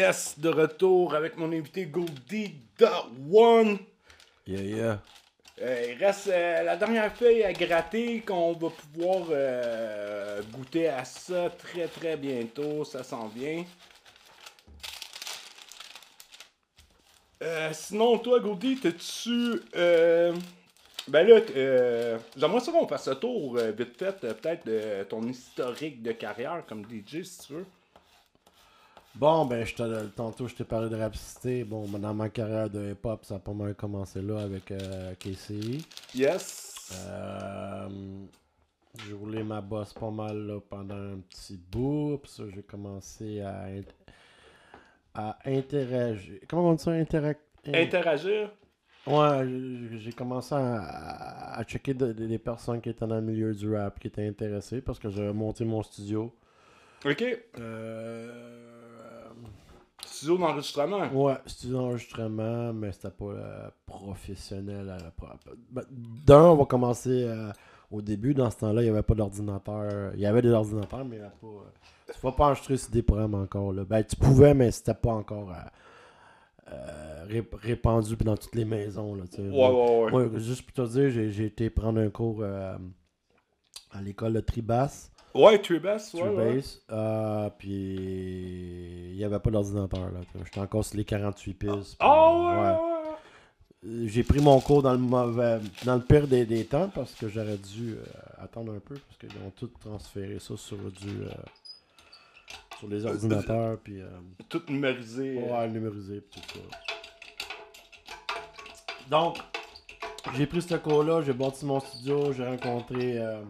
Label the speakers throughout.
Speaker 1: Yes, de retour avec mon invité Goldie Dot One.
Speaker 2: Yeah, yeah.
Speaker 1: Euh, il reste euh, la dernière feuille à gratter qu'on va pouvoir euh, goûter à ça très très bientôt. Ça s'en vient. Euh, sinon, toi, Goldie, t'es-tu. euh, ben là, t- euh, j'aimerais ça qu'on fasse le tour euh, vite fait, euh, peut-être de ton historique de carrière comme DJ si tu veux.
Speaker 2: Bon, ben, je te- tantôt, je t'ai parlé de rapidité. Bon, ben, dans ma carrière de hip-hop, ça a pas mal commencé là avec euh, KCI.
Speaker 1: Yes!
Speaker 2: Euh, j'ai roulé ma bosse pas mal là, pendant un petit bout. Puis ça, j'ai commencé à, int- à interagir. Comment on dit ça, interac...
Speaker 1: Interagir?
Speaker 2: Ouais, j'ai- j'ai commencé à, à checker de- de- des personnes qui étaient dans le milieu du rap, qui étaient intéressées, parce que j'avais monté mon studio.
Speaker 1: Ok,
Speaker 2: Euh,
Speaker 1: studio d'enregistrement.
Speaker 2: Ouais, c'était d'enregistrement, mais c'était pas euh, professionnel à la pro- Ben, D'un, on va commencer euh, au début. Dans ce temps-là, il n'y avait pas d'ordinateur. Il y avait des ordinateurs, mais il y avait pas. euh, tu ne pas enregistrer sur des programmes encore. Là. Ben, tu pouvais, mais c'était pas encore euh, euh, ré- répandu puis dans toutes les maisons. Là, tu sais.
Speaker 1: Ouais, ouais, ouais.
Speaker 2: Moi, juste pour te dire, j'ai, j'ai été prendre un cours euh, à l'école de Tribas.
Speaker 1: Ouais, Tribas, ouais.
Speaker 2: Sur
Speaker 1: ouais.
Speaker 2: base. Ah, puis il n'y avait pas d'ordinateur. là. J'étais encore sur les 48 pistes. puis,
Speaker 1: Oh, ouais,
Speaker 2: ouais.
Speaker 1: ouais, ouais.
Speaker 2: Euh, J'ai pris mon cours dans le mauvais, dans le pire des, des temps parce que j'aurais dû euh, attendre un peu parce qu'ils ont tout transféré ça sur du euh, sur les ordinateurs puis euh,
Speaker 1: Tout numérisé. euh.
Speaker 2: ouais, numérisé puis tout ça. Donc j'ai pris ce cours-là, j'ai bâti mon studio, j'ai rencontré euh,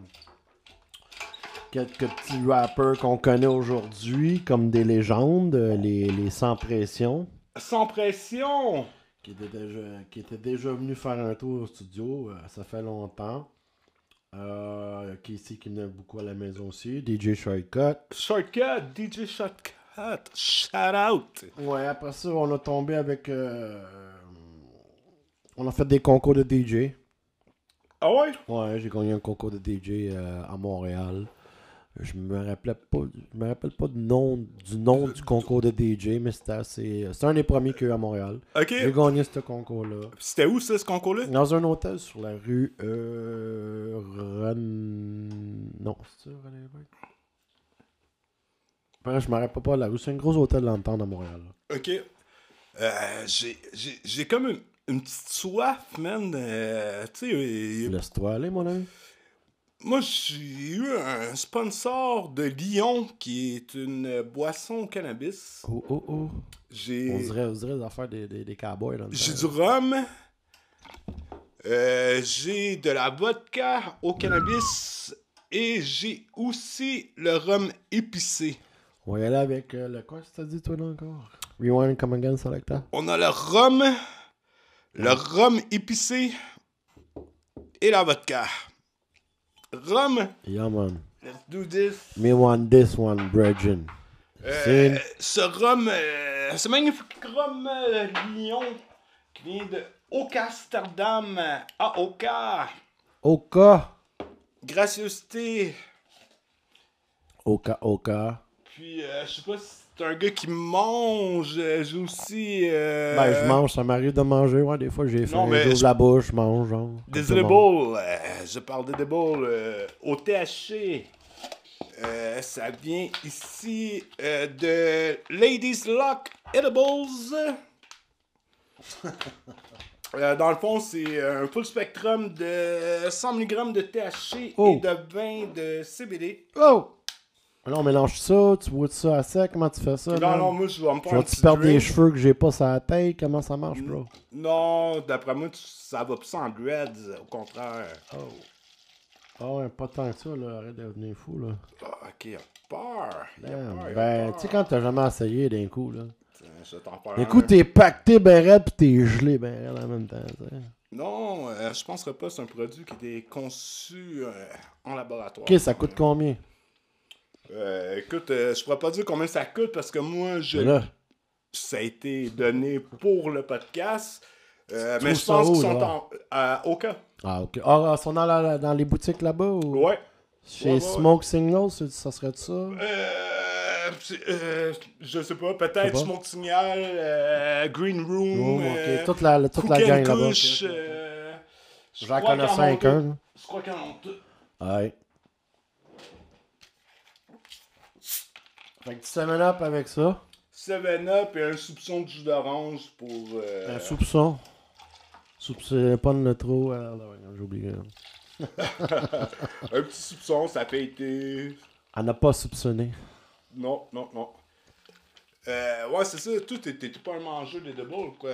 Speaker 2: quelques petits rappers qu'on connaît aujourd'hui comme des légendes, euh, les, les sans pression
Speaker 1: Sans pression.
Speaker 2: qui était déjà, qui était déjà venu faire un tour au studio, euh, ça fait longtemps. Euh, qui ici qui venait beaucoup à la maison aussi, DJ Shortcut.
Speaker 1: Shortcut, DJ Shortcut. Shout out.
Speaker 2: Ouais, après ça, on a tombé avec. euh, on a fait des concours de DJ.
Speaker 1: Ah ouais?
Speaker 2: Ouais, j'ai gagné un concours de DJ euh, à Montréal. Je me rappelais pas, je me rappelle pas du nom, du nom du concours de DJ, mais c'était assez. C'était un des premiers qu'il y a eu à Montréal.
Speaker 1: Ok.
Speaker 2: J'ai gagné ce concours-là.
Speaker 1: C'était où ça, ce concours-là?
Speaker 2: Dans un hôtel sur la rue euh, Ren- Non, c'est ça, René Lévesque? Ben, je me rappelle pas de la rue. C'est un gros hôtel dans le temps à Montréal. là.
Speaker 1: Ok. Euh, j'ai- J'ai j'ai comme une, une petite soif, man. Euh, tu sais, euh,
Speaker 2: Laisse-toi aller, mon ami.
Speaker 1: moi, j'ai eu un sponsor de Lyon qui est une boisson au cannabis.
Speaker 2: Oh, oh, oh. On
Speaker 1: J'ai
Speaker 2: dirait, on dirait des affaires des, des, des cowboys. dans le
Speaker 1: J'ai
Speaker 2: temps,
Speaker 1: du rhum. Euh, j'ai de la vodka au cannabis. Et j'ai aussi le rhum épicé.
Speaker 2: là. On va y aller avec euh, le quoi, t'as dit, toi, là, encore Rewind, Come Again, Selecta.
Speaker 1: On a le rhum, le rhum épicé et la vodka. Rhum,
Speaker 2: Yeah, man.
Speaker 1: let's do this.
Speaker 2: Me want this one, Bridgen. C'est
Speaker 1: Euh, ce rhum, euh, ce magnifique rhum euh, Lyon qui vient de Oka-Amsterdam à Oka.
Speaker 2: Oka.
Speaker 1: Gracieuseté.
Speaker 2: Oka, Oka.
Speaker 1: Puis, euh, je sais pas si c'est un gars qui mange. euh, J'ai aussi. Euh,
Speaker 2: Ben, je mange, ça m'arrive de manger. Ouais, des fois, j'ai faim.
Speaker 1: mais
Speaker 2: J'ouvre
Speaker 1: je-
Speaker 2: la bouche, je mange. Genre, comme
Speaker 1: Des
Speaker 2: tout le monde.
Speaker 1: edibles. euh, je parle d'edibles euh, au THC. Euh, ça vient ici euh, de Ladies Luck Edibles. Euh, dans le fond, c'est euh, un full spectrum de 100 mg de THC
Speaker 2: Oh.
Speaker 1: et de 20 de CBD.
Speaker 2: Oh! Là, on mélange ça, tu bois ça à sec, comment tu fais ça?
Speaker 1: Non,
Speaker 2: man?
Speaker 1: non, moi, je vais me
Speaker 2: Ah je
Speaker 1: prendre un
Speaker 2: vais-tu
Speaker 1: petit
Speaker 2: perdre des
Speaker 1: drink. Mm.
Speaker 2: cheveux que j'ai pas sur la tête? Comment ça marche, bro?
Speaker 1: Non, d'après moi, tu- ça va plus en dreads, au contraire.
Speaker 2: Oh. Oh, ouais, pas tant que ça, là. Arrête de devenir fou, là.
Speaker 1: Ah, ok, il a peur. Il a peur,
Speaker 2: Damn.
Speaker 1: il a
Speaker 2: Ben,
Speaker 1: peur.
Speaker 2: tu sais, quand t'as jamais essayé d'un coup, là.
Speaker 1: Tiens, Je vais t'en parler.
Speaker 2: D'un coup, t'es pacté ben raide pis t'es gelé ben raide en même temps, tu sais.
Speaker 1: Non, euh, je penserais pas que c'est un produit qui était conçu euh, en laboratoire.
Speaker 2: Ok, ça coûte combien?
Speaker 1: Euh, écoute, euh, je pourrais pas dire combien ça coûte parce que moi, je...
Speaker 2: Mais Là,
Speaker 1: ça a été donné pour le podcast. Euh,
Speaker 2: Tu
Speaker 1: mais
Speaker 2: trouves
Speaker 1: je pense
Speaker 2: ça où,
Speaker 1: qu'ils sont en... euh,
Speaker 2: là?
Speaker 1: à Oka.
Speaker 2: ah, ok. Ah, ah, sont dans, la- dans les boutiques là-bas ou.
Speaker 1: Ouais. Ben,
Speaker 2: Chez
Speaker 1: Ouais, ouais,
Speaker 2: Smoke Signals, ça serait de ça?
Speaker 1: Euh, Euh, c'est- euh, je sais pas, peut-être
Speaker 2: Je sais pas.
Speaker 1: Montignal, euh, Green Room,
Speaker 2: Oh, ok.
Speaker 1: euh,
Speaker 2: Toute la, toute la
Speaker 1: Kuken
Speaker 2: gang là-bas.
Speaker 1: Kush,
Speaker 2: ok.
Speaker 1: euh, je
Speaker 2: J'en
Speaker 1: crois
Speaker 2: connais hein.
Speaker 1: qu'en
Speaker 2: 5
Speaker 1: ont
Speaker 2: un.
Speaker 1: deux. Je crois qu'en ont deux.
Speaker 2: là. Ouais. Fait que tu 7 up avec ça.
Speaker 1: 7 Up et un soupçon de jus d'orange pour. euh,
Speaker 2: Un soupçon. Soupçon, pas de trop. ah, là, ouais, J'ai oublié.
Speaker 1: un petit soupçon, ça peut être.
Speaker 2: Elle n'a pas soupçonné.
Speaker 1: Non, non, non. Euh, ouais, c'est ça, tout t'es pas un mangeur de double, quoi.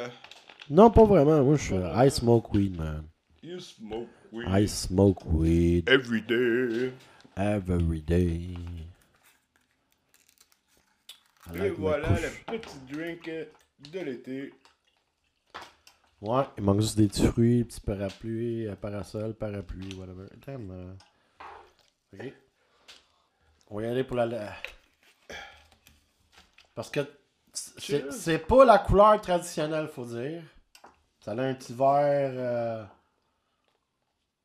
Speaker 2: Non, pas vraiment. Moi, je suis. I smoke weed, man.
Speaker 1: You smoke weed
Speaker 2: I smoke weed
Speaker 1: every day.
Speaker 2: every day. I
Speaker 1: Et
Speaker 2: like my
Speaker 1: voilà
Speaker 2: kush.
Speaker 1: le petit drink de l'été.
Speaker 2: Ouais, il manque juste des petits fruits, petits parapluies, euh, parasol, parapluie, whatever. Attends, euh, Ok. On va y aller pour la. la- Parce que c'est
Speaker 1: Cheers.
Speaker 2: c'est pas la couleur traditionnelle, faut dire. Ça a un petit vert. euh,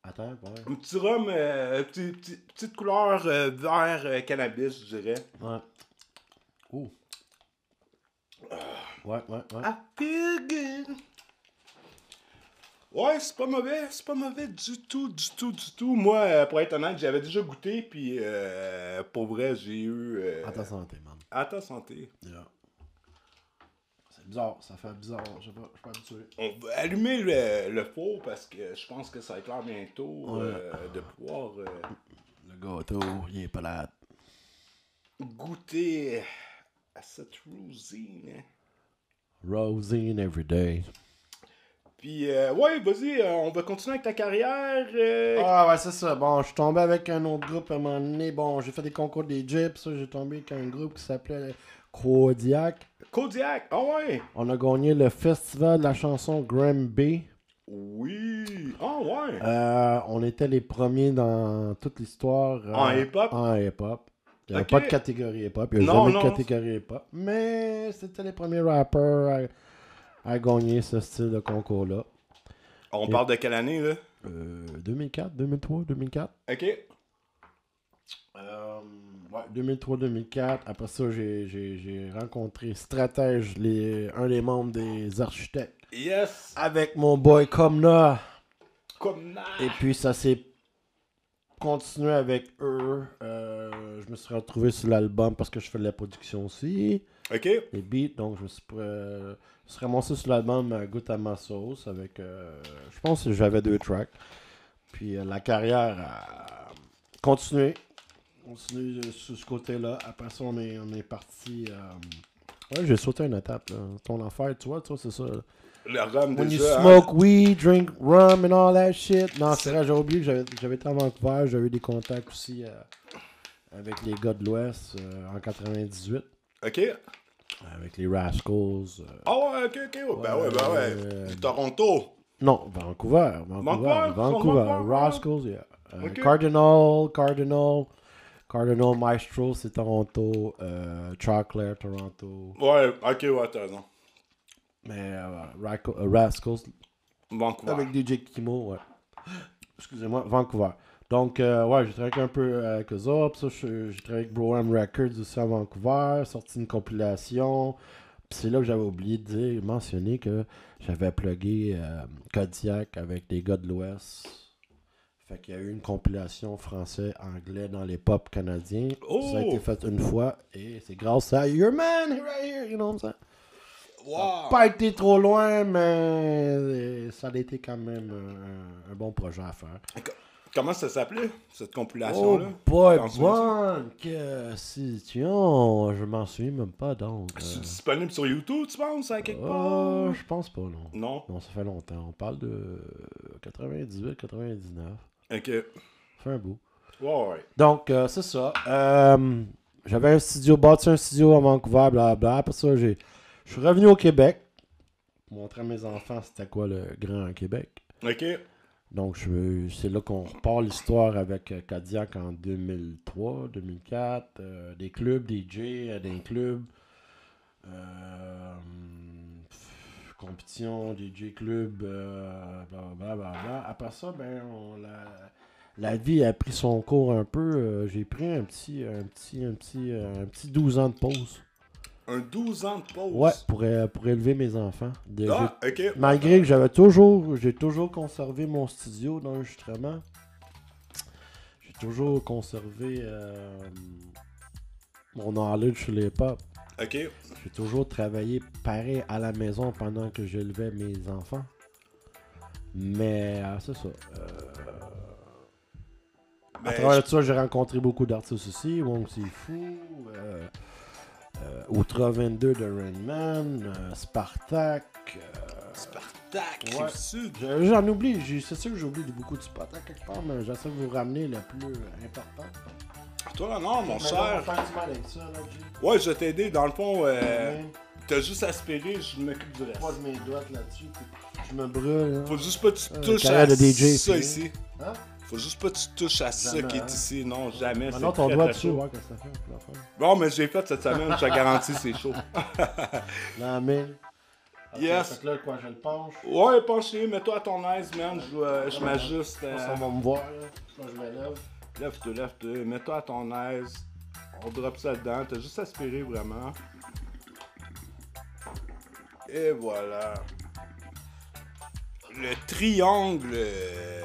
Speaker 2: Attends, ouais.
Speaker 1: Un petit rhum, euh, petit- petit- petite couleur euh, vert euh, cannabis, je dirais.
Speaker 2: Ouais. Ouh. Ouais, ouais, ouais.
Speaker 1: I feel good. Ouais, c'est pas mauvais, c'est pas mauvais du tout, du tout, du tout. Moi, euh, pour être honnête, j'avais déjà goûté, puis euh, pour vrai, j'ai eu. euh,
Speaker 2: À ta santé, man.
Speaker 1: à ta santé.
Speaker 2: Yeah. C'est bizarre, ça fait bizarre. Je sais pas, je suis pas habitué.
Speaker 1: On va allumer le, le four parce que je pense que ça va être l'heure bientôt euh, de pouvoir euh,
Speaker 2: Le gâteau, il est pas là.
Speaker 1: goûter à cette rousine.
Speaker 2: Rosine every day.
Speaker 1: Puis, euh, ouais, vas-y, euh, on va continuer avec ta carrière. euh,
Speaker 2: Ah ouais, c'est ça. Bon, je suis tombé avec un autre groupe à un moment donné. Bon, j'ai fait des concours des gyps. J'ai tombé avec un groupe qui s'appelait Kodiak.
Speaker 1: Kodiak, ah ouais.
Speaker 2: On a gagné le festival de la chanson Gram B.
Speaker 1: Oui, ah ouais.
Speaker 2: Euh, on était les premiers dans toute l'histoire. euh,
Speaker 1: En hip-hop?
Speaker 2: En hip-hop. Il n'y avait
Speaker 1: Ok.
Speaker 2: pas de catégorie hip-hop. Il n'y a
Speaker 1: Non,
Speaker 2: jamais de
Speaker 1: non.
Speaker 2: catégorie hip-hop. Mais c'était les premiers rappers à, à gagner ce style de concours-là.
Speaker 1: on parle de quelle année, là?
Speaker 2: Euh, 2004, 2003, 2004.
Speaker 1: Ok.
Speaker 2: Euh, ouais, 2003-2004. Après ça, j'ai- j'ai j'ai rencontré Stratège, les, un des membres des architectes,
Speaker 1: Yes.
Speaker 2: avec mon boy Comna.
Speaker 1: Comme na-
Speaker 2: Et puis ça s'est continué avec eux. Euh, je me suis retrouvé sur l'album parce que je fais de la production aussi,
Speaker 1: Ok.
Speaker 2: les beats. Donc je me suis, euh, je me suis ramassé sur l'album euh, Goutte à ma sauce avec, euh, je pense que j'avais deux tracks. Puis euh, la carrière a continué. Continué euh, sur ce côté-là. Après ça, on est, on est parti. euh, Ouais, j'ai sauté une étape. là. Ton affaire, tu vois, tu vois, c'est ça. là.
Speaker 1: Le rhum
Speaker 2: When you
Speaker 1: déjà. hein?
Speaker 2: smoke weed, drink rum and all that shit. Non, c'est vrai, j'ai oublié que j'avais- j'avais été à Vancouver, j'avais eu des contacts aussi euh, avec les gars de l'Ouest euh, en 98,
Speaker 1: Ok.
Speaker 2: avec les Rascals. euh,
Speaker 1: Ah ouais, ok, ok. Ben ouais, ben ouais.
Speaker 2: Euh,
Speaker 1: Du Toronto.
Speaker 2: non, Vancouver, Vancouver,
Speaker 1: Vancouver,
Speaker 2: Vancouver,
Speaker 1: Vancouver.
Speaker 2: Rascals, yeah. Euh,
Speaker 1: Ok.
Speaker 2: Cardinal, Cardinal, Cardinal Maestro, c'est Toronto, euh, Chocolate, Toronto,
Speaker 1: Ouais, ok, ouais, t'as raison.
Speaker 2: mais euh, Raco- euh, Rascals,
Speaker 1: Vancouver.
Speaker 2: Avec DJ Kimo, ouais. Excusez-moi, Vancouver. Donc, euh, ouais, j'ai travaillé un peu euh, avec eux autres. Puis ça, je- j'ai travaillé avec Broham Records aussi à Vancouver, sorti une compilation. Puis c'est là que j'avais oublié de dire, mentionner que j'avais plugué euh, Kodiak avec les gars de l'Ouest. Fait qu'il y a eu une compilation français-anglais dans les pop canadiens. Ça a
Speaker 1: Oh!
Speaker 2: été fait une fois et c'est grâce à Your Man, here I hear, you know what I'm saying?
Speaker 1: Wow.
Speaker 2: pas été trop loin, mais euh, ça a été quand même euh, un, bon projet à faire.
Speaker 1: Comment ça s'appelait, cette
Speaker 2: Oh
Speaker 1: compilation-là?
Speaker 2: boy,
Speaker 1: T'en souviens-tu?
Speaker 2: bonne question! Je m'en souviens même pas, donc. euh,
Speaker 1: Ah, C'est disponible sur YouTube, tu penses, à quelque
Speaker 2: oh,
Speaker 1: part?
Speaker 2: je pense pas, non.
Speaker 1: Non.
Speaker 2: Non, ça fait longtemps. On parle de 98-99.
Speaker 1: Ok.
Speaker 2: Fait un bout.
Speaker 1: Ouais, ouais.
Speaker 2: Donc, euh, c'est ça. Euh, J'avais un studio, bâti un studio à Vancouver, blablabla. Après ça, j'ai- je suis revenu au Québec. pour Montrer à mes enfants c'était quoi le grand Québec.
Speaker 1: Ok.
Speaker 2: Donc, je- c'est là qu'on repart l'histoire avec euh, Cadillac en 2003, 2004. euh, des clubs, des J, euh, des clubs. Euh, pff, compétition, DJ club, euh, blablabla. blablabla. Après ça, ben, on la, la vie a pris son cours un peu. euh, J'ai pris un petit, un petit, un petit, euh, un petit 12 ans de pause.
Speaker 1: Un 12 ans de pause.
Speaker 2: Ouais, pour, euh, pour élever mes enfants. De-
Speaker 1: Ah, ok.
Speaker 2: j'ai- Malgré que j'avais toujours, j'ai toujours conservé mon studio d'enregistrement. J'ai toujours conservé euh, mon knowledge sur les pop.
Speaker 1: Ok.
Speaker 2: J'ai toujours travaillé pareil à la maison pendant que j'élevais mes enfants. Mais euh, c'est ça. Euh, à
Speaker 1: Ben,
Speaker 2: travers tout ça, j'ai rencontré beaucoup d'artistes aussi. Wong C'est Fou, euh, euh, Outra 22 de Rain Man, euh, Spartak. euh,
Speaker 1: Spartak,
Speaker 2: Ouais.
Speaker 1: Rive Sud.
Speaker 2: je- J'en oublie, j'ai- c'est sûr que j'oublie beaucoup de Spartak quelque part, mais j'essaie de vous ramener le plus euh, important.
Speaker 1: Toi, non, mon
Speaker 2: Mais là, on
Speaker 1: cher.
Speaker 2: va faire du mal avec ça, là, Jay.
Speaker 1: Ouais, je t'ai aidé. Dans le fond, euh,
Speaker 2: Même
Speaker 1: t'as juste aspiré, je m'occupe du reste.
Speaker 2: Pas de mes doigts là-dessus, puis je me brûle.
Speaker 1: Faut juste pas que tu
Speaker 2: Euh,
Speaker 1: touches à
Speaker 2: carrière de DJ,
Speaker 1: ça
Speaker 2: puis-
Speaker 1: ici.
Speaker 2: Hein? Hein?
Speaker 1: Faut juste pas que tu touches à ça
Speaker 2: Jamais,
Speaker 1: qui
Speaker 2: hein.
Speaker 1: est ici. Non, jamais.
Speaker 2: Maintenant,
Speaker 1: c'est
Speaker 2: ton
Speaker 1: très,
Speaker 2: doigt
Speaker 1: très
Speaker 2: dessus,
Speaker 1: chaud.
Speaker 2: voir qu'est-ce que ça fait. pour la femme.
Speaker 1: Bon, mais j'ai fait cette semaine, je te garantis, c'est chaud.
Speaker 2: La main. Ok,
Speaker 1: Yes.
Speaker 2: fait que là, quoi, je le penche.
Speaker 1: Ouais, penché, mets-toi à ton aise, man. Je, dois- je m'ajuste. euh,
Speaker 2: Ça, on va me voir, là. Là, je me lève.
Speaker 1: Lève-toi, lève-toi, mets-toi à ton aise. On drop ça dedans, t'as juste aspiré vraiment. Et voilà. Le triangle. euh,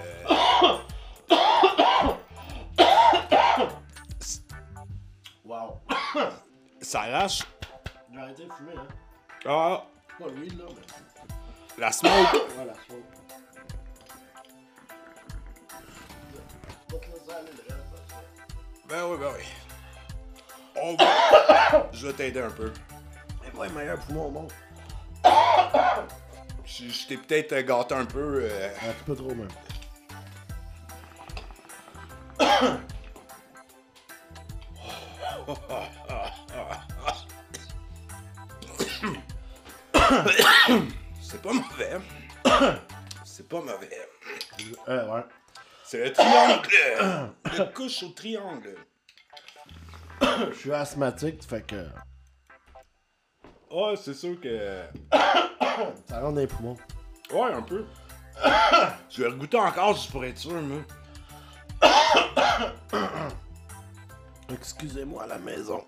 Speaker 2: Wow.
Speaker 1: s'arrache.
Speaker 2: J'ai arrêté de fumer, hein.
Speaker 1: Ah,
Speaker 2: Pas lui, là, mais.
Speaker 1: la smoke.
Speaker 2: Voilà, je trouve. Pas te laisser aller, le reste, parce que-
Speaker 1: Ben oui, ben oui. On va. Je vais t'aider un peu.
Speaker 2: Mais moi, le meilleur poumon au monde.
Speaker 1: Je, je t'ai peut-être gâté un peu. euh,
Speaker 2: Un petit peu trop, même.
Speaker 1: C'est pas mauvais. C'est pas mauvais.
Speaker 2: Euh, ouais.
Speaker 1: C'est le triangle. Le couche au triangle.
Speaker 2: Je suis asthmatique, fait que.
Speaker 1: Ah, c'est sûr que.
Speaker 2: Ça rentre dans les poumons.
Speaker 1: Ouais, un peu. je vais regoûter encore, je pourrais être sûr, moi.
Speaker 2: Excusez-moi à la maison.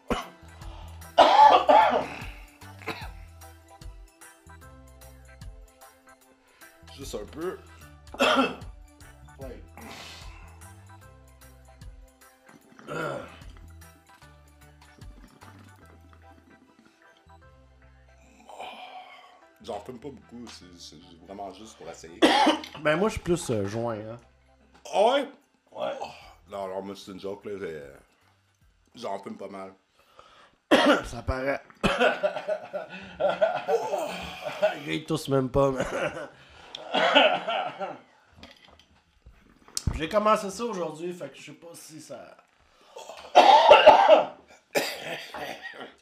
Speaker 1: Juste un peu.
Speaker 2: Ouais.
Speaker 1: J'en fume pas beaucoup, c'est- c'est vraiment juste pour essayer.
Speaker 2: Ben, moi, je suis plus euh, joint, hein.
Speaker 1: Ah ouais? Ouais. Non, non, moi, c'est une joke, là. j'ai- J'en fume pas mal.
Speaker 2: Ça paraît. Oh! Ils tous même pas. mais- J'ai commencé ça aujourd'hui, fait que je sais pas si ça.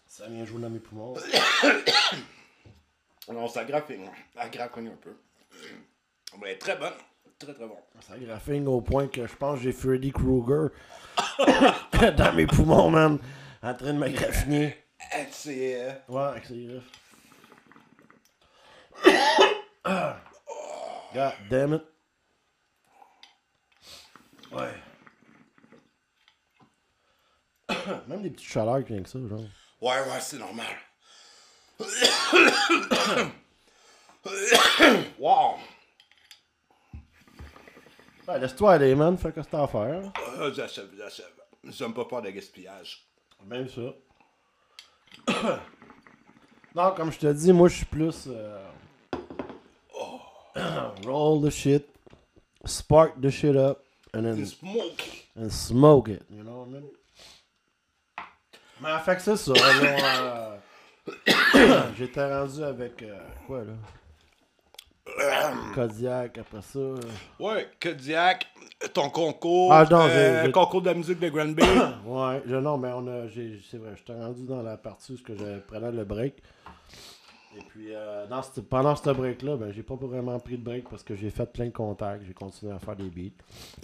Speaker 2: ça vient jouer dans mes poumons.
Speaker 1: Non, ça graffine. Ça graffigne un peu. Mais très bonne. Très, très bon.
Speaker 2: Ça graffine au point que je pense que j'ai Freddy Krueger dans mes poumons, man. En train de me graffiner.
Speaker 1: Eh, C'est. euh,
Speaker 2: Ouais, avec ses griffes. God damn it. Ouais. Même des petites chaleurs qui viennent que ça, genre.
Speaker 1: Ouais, ouais, c'est normal. wow!
Speaker 2: Ouais, laisse-toi aller, man, fais que c'est à faire.
Speaker 1: Ah, j'achève, j'achève. J'aime pas faire de gaspillage.
Speaker 2: Même ça. non, comme je te dis, moi je suis plus. euh, Roll the shit, spark the shit up, and then
Speaker 1: Smoke!
Speaker 2: and smoke it. You know what I mean? Mais fait que c'est ça. là, euh, J'étais rendu avec euh, quoi là? Kodiak après ça. euh,
Speaker 1: Ouais, Kodiak, ton concours.
Speaker 2: Ah, non,
Speaker 1: euh,
Speaker 2: j'ai- j'ai-
Speaker 1: concours de la musique de Grand Bay.
Speaker 2: Ouais, je- non, mais on a. j'ai- C'est vrai, j'étais rendu dans la partie où ce que je prenais le break. Et puis euh, dans ce- pendant ce break-là, ben, j'ai pas vraiment pris de break parce que j'ai fait plein de contacts, j'ai continué à faire des beats.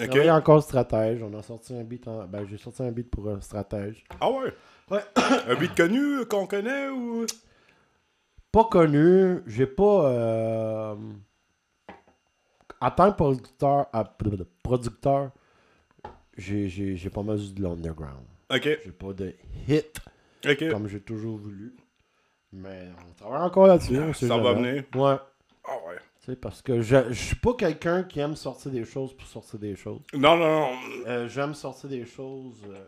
Speaker 1: Ok.
Speaker 2: J'ai encore stratège, on a sorti un beat en- ben, j'ai sorti un beat pour euh, stratège.
Speaker 1: ah ouais?
Speaker 2: Ouais.
Speaker 1: Un beat connu euh, qu'on connaît ou.
Speaker 2: pas connu. J'ai pas. euh, En tant que producteur, à- producteur j'ai- j'ai j'ai pas mal eu de l'underground.
Speaker 1: Ok,
Speaker 2: J'ai pas de hit
Speaker 1: ok.
Speaker 2: comme j'ai toujours voulu. Mais on travaille encore là-dessus. on sait
Speaker 1: Ça va
Speaker 2: jamais.
Speaker 1: venir.
Speaker 2: Ouais.
Speaker 1: Ah ouais.
Speaker 2: Tu sais, parce que je, je suis pas quelqu'un qui aime sortir des choses pour sortir des choses.
Speaker 1: Non, non, non.
Speaker 2: Euh, J'aime sortir des choses euh,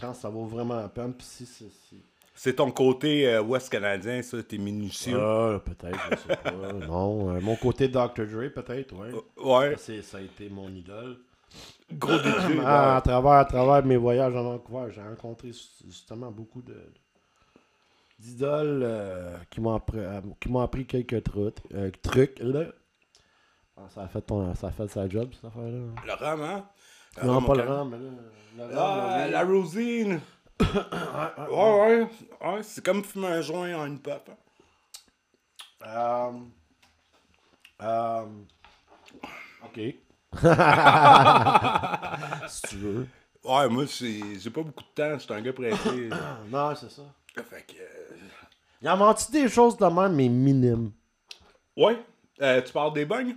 Speaker 2: quand ça vaut vraiment la peine. Puis si, si, si.
Speaker 1: C'est ton côté euh, ouest canadien, ça, t'es minutieux.
Speaker 2: Ah, peut-être, je sais pas. non, euh, mon côté Dr. Dre, peut-être, ouais.
Speaker 1: Oh, Ouais,
Speaker 2: C'est- Ça a été mon idole.
Speaker 1: gros défi.
Speaker 2: Ah, à, travers, à travers mes voyages en Vancouver, j'ai rencontré su- justement beaucoup de d'idoles euh, qui m'ont appris, euh, qui m'ont appris quelques trucs. euh, trucs là. Ah, ça, a fait ton, ça a fait sa job, cette affaire-là.
Speaker 1: Le rhum, hein?
Speaker 2: non,
Speaker 1: mon
Speaker 2: pas
Speaker 1: gars.
Speaker 2: le rhum, mais là. le rhum, Ah,
Speaker 1: Ah,
Speaker 2: le-
Speaker 1: la rosine. ouais, ouais. ouais c'est comme fumer un joint en une pop. hein.
Speaker 2: Euh, euh, ok. si tu veux.
Speaker 1: Ouais, moi, c'est- j'ai pas beaucoup de temps, je suis un gars pressé. Ah,
Speaker 2: Non, c'est ça.
Speaker 1: fait que. euh,
Speaker 2: Il en menti des choses de même, mais minimes.
Speaker 1: Ouais. Euh, tu parles des bagnes?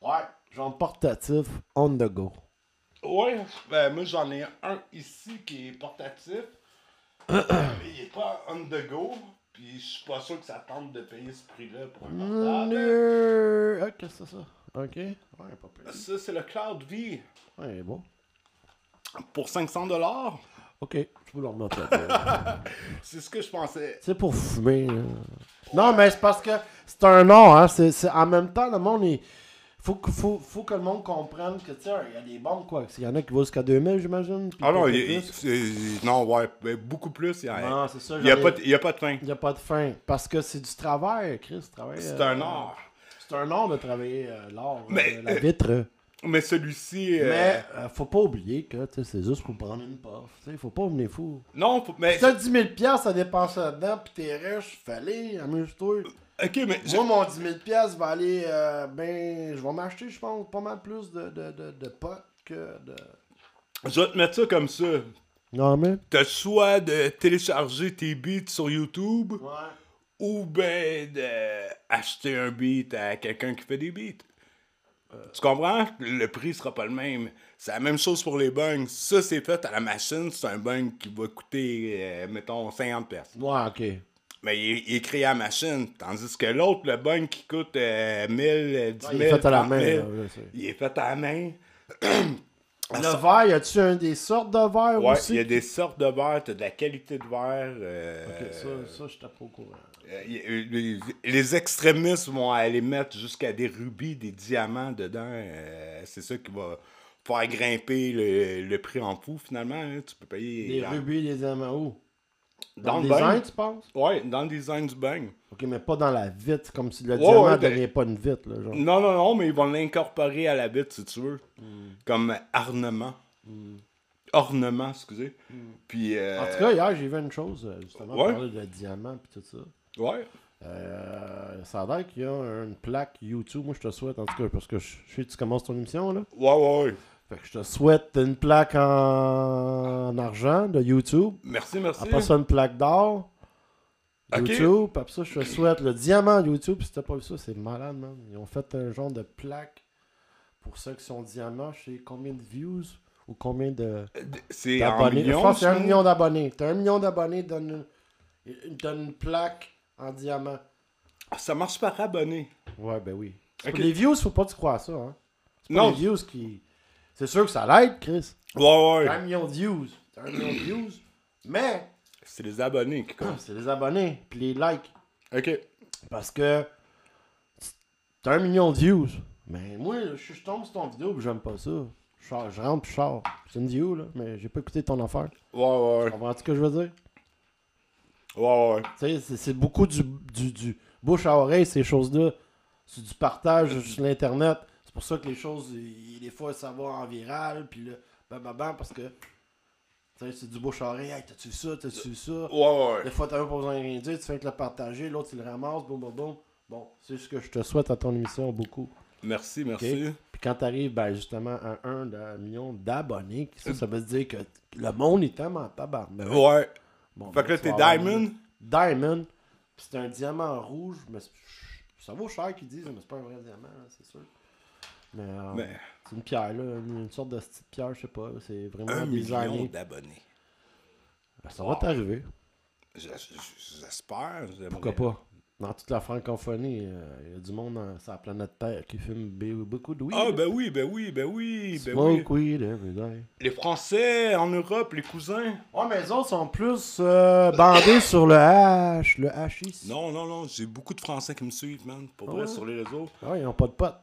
Speaker 2: Ouais. Genre portatif, on the go.
Speaker 1: Ouais. Ben, moi, j'en ai un ici qui est portatif. Il est pas on the go. Puis, je suis pas sûr que ça tente de payer ce prix-là pour un
Speaker 2: Mm.
Speaker 1: portable.
Speaker 2: Euh, Ok, c'est ça. Ok. Ouais, pas pire.
Speaker 1: Ça, c'est le Cloud V
Speaker 2: Ouais, il est bon.
Speaker 1: pour 500$.
Speaker 2: Ok, je peux le remettre. là.
Speaker 1: C'est ce que je pensais.
Speaker 2: c'est pour fumer. là. Non, mais c'est parce que c'est un nom, hein. C'est, c'est- en même temps, le monde est. Faut que, faut, faut que le monde comprenne que, tu sais, il y a des bombes, quoi. Il y en a qui vont jusqu'à 2000, j'imagine. puis
Speaker 1: Ah non,
Speaker 2: peut-être
Speaker 1: il, il-
Speaker 2: plus.
Speaker 1: c'est- non, ouais, ben, beaucoup plus. Il n'y a,
Speaker 2: Non, c'est ça. Euh,
Speaker 1: il y a
Speaker 2: j'en ai-
Speaker 1: pas de- il y a pas de fin.
Speaker 2: Il n'y a pas de fin. Parce que c'est du travail, Chris. Travail,
Speaker 1: C'est
Speaker 2: euh,
Speaker 1: un art.
Speaker 2: C'est un art de travailler euh, l'art,
Speaker 1: Mais,
Speaker 2: euh, la
Speaker 1: euh,
Speaker 2: vitre.
Speaker 1: Mais celui-ci. euh,
Speaker 2: Mais euh, faut pas oublier que tu sais, c'est juste pour prendre une puff. Tu sais, faut pas venir fou.
Speaker 1: Non, faut- mais.
Speaker 2: Si t'as 10 000 ça dépense là-dedans, pis t'es riche, fallait, amuse-toi.
Speaker 1: Ok, mais. je-
Speaker 2: Moi, mon 10 000 va aller, euh, ben, je vais m'acheter, je pense, pas mal plus de, de, de, de potes que de...
Speaker 1: Je vais te mettre ça comme ça.
Speaker 2: Non, mais...
Speaker 1: T'as le choix de télécharger tes beats sur YouTube
Speaker 2: Ouais.
Speaker 1: ou ben d'acheter un beat à quelqu'un qui fait des beats. Euh, Tu comprends? Le prix sera pas le même. C'est la même chose pour les bungs. Ça, c'est fait à la machine. C'est un bung qui va coûter, euh, mettons, 50 pièces.
Speaker 2: Ouais, ok.
Speaker 1: Mais il, est- il est créé à la machine. Tandis que l'autre, le bung qui coûte euh, 1000, euh, 10 000,
Speaker 2: il est fait à la
Speaker 1: 30
Speaker 2: main,
Speaker 1: 000,
Speaker 2: là, je sais.
Speaker 1: il est fait à la main.
Speaker 2: Le verre, y a-tu un des sortes de verre
Speaker 1: Ouais,
Speaker 2: aussi?
Speaker 1: il y a des sortes de verres, t'as de la qualité de verre. euh,
Speaker 2: Ok, ça, ça je pas au courant.
Speaker 1: Euh, y- euh, Les, les extrémistes vont aller mettre jusqu'à des rubis, des diamants dedans. euh, c'est ça qui va faire grimper le, le prix en fou finalement. hein. Tu peux payer
Speaker 2: Des
Speaker 1: dans,
Speaker 2: rubis, des diamants, où?
Speaker 1: dans
Speaker 2: Dans,
Speaker 1: le
Speaker 2: le
Speaker 1: bang.
Speaker 2: design, tu penses?
Speaker 1: Ouais, dans le design du bang.
Speaker 2: Ok, mais pas dans la vitre, comme si le
Speaker 1: ouais,
Speaker 2: diamant
Speaker 1: ben-
Speaker 2: devient pas une vitre, là, genre.
Speaker 1: Non, non, non, mais ils vont l'incorporer à la bite si tu veux.
Speaker 2: Hmm.
Speaker 1: Comme ornement. Ornement, excusez. Puis. euh,
Speaker 2: Hmm. En tout cas, hier, j'ai vu une chose, euh, justement,
Speaker 1: ouais.
Speaker 2: on parlait de diamants et tout ça.
Speaker 1: Ouais.
Speaker 2: Euh, ça a l'air qu'il y a une plaque YouTube. Moi, je te souhaite, en tout cas, parce que je je sais que tu commences ton émission, là.
Speaker 1: Ouais, ouais, ouais.
Speaker 2: Fait que je te souhaite une plaque en, en argent de YouTube.
Speaker 1: Merci, merci.
Speaker 2: Après ça, une plaque d'or.
Speaker 1: Ok.
Speaker 2: YouTube. Après ça, je te souhaite le diamant YouTube. Si t'as pas vu ça, c'est malade, man. Ils ont fait un genre de plaque pour ceux qui sont diamants. Je sais combien de views ou combien de.
Speaker 1: C'est en
Speaker 2: d'abonnés. Je
Speaker 1: millions.
Speaker 2: pense que c'est un
Speaker 1: sinon?
Speaker 2: million d'abonnés. T'as un million d'abonnés, donne une, donne une plaque en diamant.
Speaker 1: Ça marche par abonné.
Speaker 2: Ouais, ben oui.
Speaker 1: Ok.
Speaker 2: Les views, faut pas tu croire à ça. Hein. C'est pas
Speaker 1: Non.
Speaker 2: Les views qui. C'est sûr que ça l'aide, Chris.
Speaker 1: Ouais, ouais.
Speaker 2: T'as un million de views. T'as un million de views. Mais
Speaker 1: C'est les abonnés qui comptent.
Speaker 2: c'est les abonnés puis les likes.
Speaker 1: Ok.
Speaker 2: Parce que t'as un million de views. Mais moi, je je tombe sur ton vidéo pis j'aime pas ça. Je, sors- je rentre pis je sors. C'est une view, là, mais j'ai pas écouté ton affaire.
Speaker 1: Ouais, ouais,
Speaker 2: Comprends-tu ce que je veux dire?
Speaker 1: ouais, ouais.
Speaker 2: Tu sais, c'est- c'est beaucoup du, du, du bouche à oreille, ces choses-là. C'est du partage sur l'Internet. C'est pour ça que les choses, il- des fois, ça va en viral, puis là, bam, bam, bam, parce que, tu sais, c'est du bouche à oreille. Hey, t'as-tu vu ça? T'as-tu vu ça?
Speaker 1: Ouais,
Speaker 2: Des fois, t'as même pas besoin de rien dire, tu fais que le partager, l'autre, il le ramasse, boum, boum, boum. Bon, c'est ce que je te souhaite à ton émission, beaucoup.
Speaker 1: Merci, merci.
Speaker 2: Puis quand t'arrives, ben, justement, à un de- million d'abonnés, ça, ça veut dire que le monde est tellement tabarnak.
Speaker 1: Ouais.
Speaker 2: Bon, ben,
Speaker 1: Fait que là,
Speaker 2: tu
Speaker 1: t'es
Speaker 2: vas avoir
Speaker 1: Diamond?
Speaker 2: une- Diamond. Puis c'est un diamant rouge, mais c'est- ça vaut cher qu'ils disent, mais c'est pas un vrai diamant, là, c'est hein, sûr. Mais, euh,
Speaker 1: Mais-
Speaker 2: c'est une pierre, là, une, une sorte de petite pierre, je sais pas. C'est vraiment
Speaker 1: Un
Speaker 2: des
Speaker 1: million
Speaker 2: années.
Speaker 1: d'abonnés.
Speaker 2: Ça va t'arriver.
Speaker 1: Je- je- J'espère.
Speaker 2: Pourquoi pas? Dans toute la francophonie, euh, il y a du monde euh, sur la planète Terre qui fume bé- beaucoup de weed.
Speaker 1: Ah, ben oui, ben oui, ben oui, ben oui.
Speaker 2: Smoke weed every day.
Speaker 1: Les Français en Europe, les cousins.
Speaker 2: Ouais, mais les autres sont plus euh, bandés sur le H, le H
Speaker 1: Non, non, non, j'ai beaucoup de Français qui me suivent, man. Pour
Speaker 2: Ah
Speaker 1: vrai,
Speaker 2: ouais?
Speaker 1: sur les réseaux.
Speaker 2: Ah, ils n'ont pas de potes.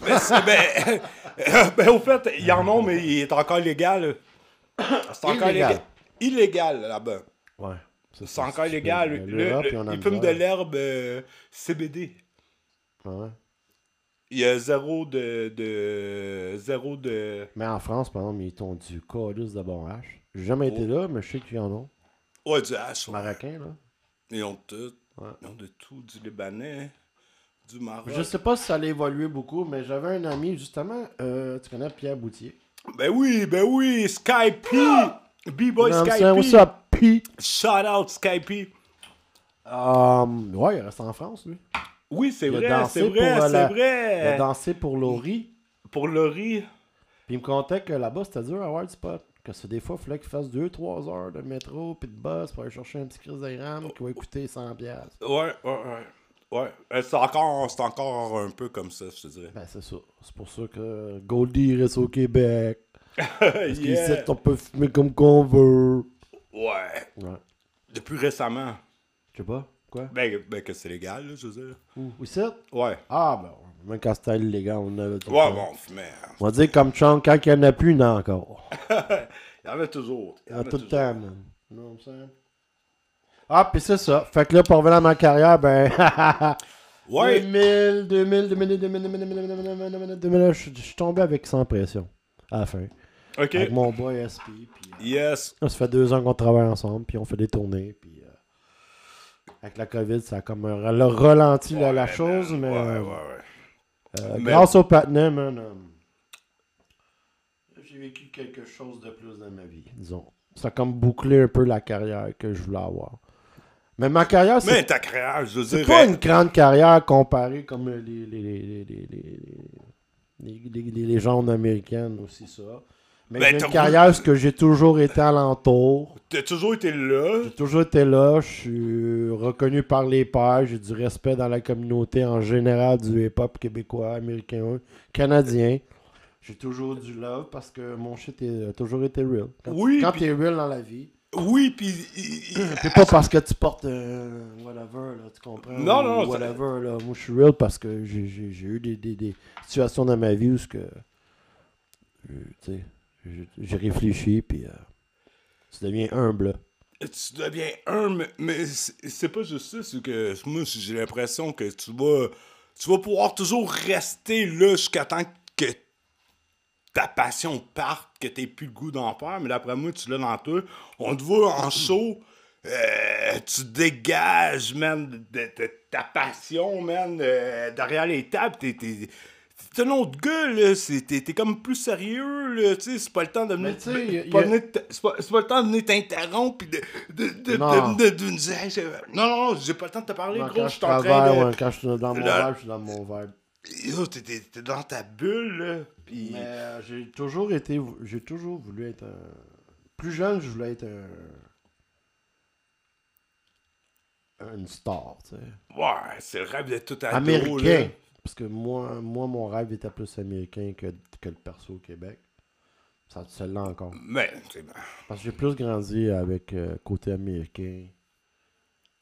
Speaker 1: Ben, c'est- ben, ben, au fait, ils en ont, mais il est encore légal. C'est encore
Speaker 2: Illégal.
Speaker 1: légal. Illégal, là-bas.
Speaker 2: Ouais. Ça,
Speaker 1: C'est encore légal. Le- le-
Speaker 2: ben, L'Europe, ils ont la
Speaker 1: ils fument de
Speaker 2: misère.
Speaker 1: l'herbe euh, CBD.
Speaker 2: Ouais.
Speaker 1: Il y a zéro de. de zéro de.
Speaker 2: Mais en France, par exemple, ils ont du calice de bon H. J'ai jamais été là, mais je sais qu'ils en ont.
Speaker 1: Ouais, du hash. ouais.
Speaker 2: Marocain, là.
Speaker 1: Ils ont tout.
Speaker 2: Ouais.
Speaker 1: Ils ont de tout. Du Libanais, du Maroc.
Speaker 2: Je sais pas si ça allait évoluer beaucoup, mais j'avais un ami, justement, euh, tu connais Pierre Boutier.
Speaker 1: Ben oui, ben oui, Skype! B-Boy
Speaker 2: Ah! Non,
Speaker 1: Skype!
Speaker 2: c'est- what's up, P?
Speaker 1: Shout out Skype!
Speaker 2: Um, ouais, il reste en France, lui.
Speaker 1: Oui, c'est
Speaker 2: Il a
Speaker 1: vrai,
Speaker 2: dansé
Speaker 1: c'est vrai,
Speaker 2: pour, euh,
Speaker 1: c'est
Speaker 2: la- Il
Speaker 1: vrai!
Speaker 2: a dansé pour Laurie.
Speaker 1: Pour Laurie,
Speaker 2: Puis il me contait que là-bas, c'était dur à avoir du spot. Que c'est des fois, il fallait qu'il fasse 2-3 heures de métro puis de bus pour aller chercher un petit chrysogramme qui va coûter 100$. piastres.
Speaker 1: ouais, ouais, ouais. Ouais, Euh, c'est encore, c'est encore un peu comme ça, je te dirais.
Speaker 2: Ben, c'est ça. C'est pour ça que Goldie reste au Québec. Parce
Speaker 1: Yeah.
Speaker 2: qu'ici, on peut fumer comme qu'on veut.
Speaker 1: Ouais,
Speaker 2: Ouais.
Speaker 1: depuis récemment.
Speaker 2: Je sais pas. Quoi?
Speaker 1: Ben, ben que c'est légal, là, je veux dire.
Speaker 2: Où? Où c'est?
Speaker 1: Ouais.
Speaker 2: Ah, ben, même quand c'était illégal, on avait tout le
Speaker 1: Ouais,
Speaker 2: temps.
Speaker 1: bon, on fumait.
Speaker 2: On va dire comme Chunk, quand il n'y en a plus, il y en a encore.
Speaker 1: Il y en avait toujours. Il
Speaker 2: Il
Speaker 1: y en
Speaker 2: y en a
Speaker 1: avait
Speaker 2: Ah, tout
Speaker 1: toujours.
Speaker 2: le temps, man. You know what I'm saying? Ah, puis c'est ça. Fait que là, pour revenir à ma carrière, ben.
Speaker 1: Ouais,
Speaker 2: 2000, 2000, 2000, 2000, 2000, 2000, 2000, 2000, je je suis tombé avec sans pression. À la fin.
Speaker 1: ok.
Speaker 2: Avec mon boy SP. Puis, euh,
Speaker 1: Yes.
Speaker 2: là, ça fait deux ans qu'on travaille ensemble, puis on fait des tournées. Puis, euh, avec la COVID, ça a comme euh, le ralenti la, la chose, mais,
Speaker 1: Ouais, ouais,
Speaker 2: euh,
Speaker 1: ouais.
Speaker 2: euh,
Speaker 1: Mais-
Speaker 2: grâce au patinet, man, euh, j'ai vécu quelque chose de plus dans ma vie, disons. Ça a comme bouclé un peu la carrière que je voulais avoir. Mais ma carrière, c'est
Speaker 1: Mais ta création, je veux
Speaker 2: c'est
Speaker 1: dire.
Speaker 2: pas une grande carrière comparée comme les, les, les, les, les, les, les- les- les légendes américaines aussi, ça. Mais
Speaker 1: Ben,
Speaker 2: j'ai
Speaker 1: t'as
Speaker 2: une
Speaker 1: voulu-
Speaker 2: carrière parce que j'ai toujours été alentour.
Speaker 1: T'as toujours été là.
Speaker 2: J'ai toujours été là. Je suis reconnu par les pairs. J'ai du respect dans la communauté en général du hip-hop québécois, américain, canadien. J'ai toujours du love parce que mon shit est- a toujours été real. Quand,
Speaker 1: Oui,
Speaker 2: quand
Speaker 1: puis-
Speaker 2: t'es real dans la vie.
Speaker 1: Oui, puis il- il-
Speaker 2: C'est pas parce que tu portes euh, whatever, là, tu comprends?
Speaker 1: Non, non,
Speaker 2: ou
Speaker 1: non, ça-
Speaker 2: Whatever, là. Moi, je suis real parce que j'ai- j'ai j'ai eu des, des- des situations dans ma vie où ce que. euh, Tu sais, j'ai- j'ai réfléchi, puis. euh, tu deviens humble. là.
Speaker 1: tu deviens un, mais- mais c'est c'est pas juste ça, c'est que moi j'ai l'impression que tu vas, tu vas pouvoir toujours rester là jusqu'à temps que ta passion parte, que t'aies plus le goût d'en faire, mais d'après moi tu l'as dans toi. On te voit en
Speaker 2: Mm-hmm.
Speaker 1: show, euh, tu dégages, man, de, de ta passion, man, euh, derrière les tables, t'es. t'es- t'es un autre gars, là, c'est- t'es t'es comme plus sérieux, là, tu sais, c'est pas le temps de venir
Speaker 2: Mais tu sais, il y
Speaker 1: pas
Speaker 2: a-
Speaker 1: venir T- C'est pas, c'est pas le temps de venir t'interrompre pis de, de, de, de,
Speaker 2: Non.
Speaker 1: de- de nous dire Hey, j'ai- Non, non, non, j'ai pas le temps de te parler,
Speaker 2: Moi,
Speaker 1: gros,
Speaker 2: quand
Speaker 1: je
Speaker 2: je
Speaker 1: suis en train
Speaker 2: travaille,
Speaker 1: de.
Speaker 2: ouais, quand je suis dans mon
Speaker 1: Le-
Speaker 2: vibe, je suis dans mon vibe.
Speaker 1: Yo, t'es- T'es t'es dans ta bulle, là. Pis.
Speaker 2: Mais euh, j'ai toujours été. J'ai toujours voulu être un. Plus jeune, je voulais être un. Une star, tu sais.
Speaker 1: Ouais, c'est le rêve de tout ado,
Speaker 2: américain. Parce que moi, moi, mon rêve était plus américain que, que le perso au Québec. Ça, ça là encore.
Speaker 1: là. Mais, tu sais,
Speaker 2: Parce que j'ai plus grandi avec euh, côté américain.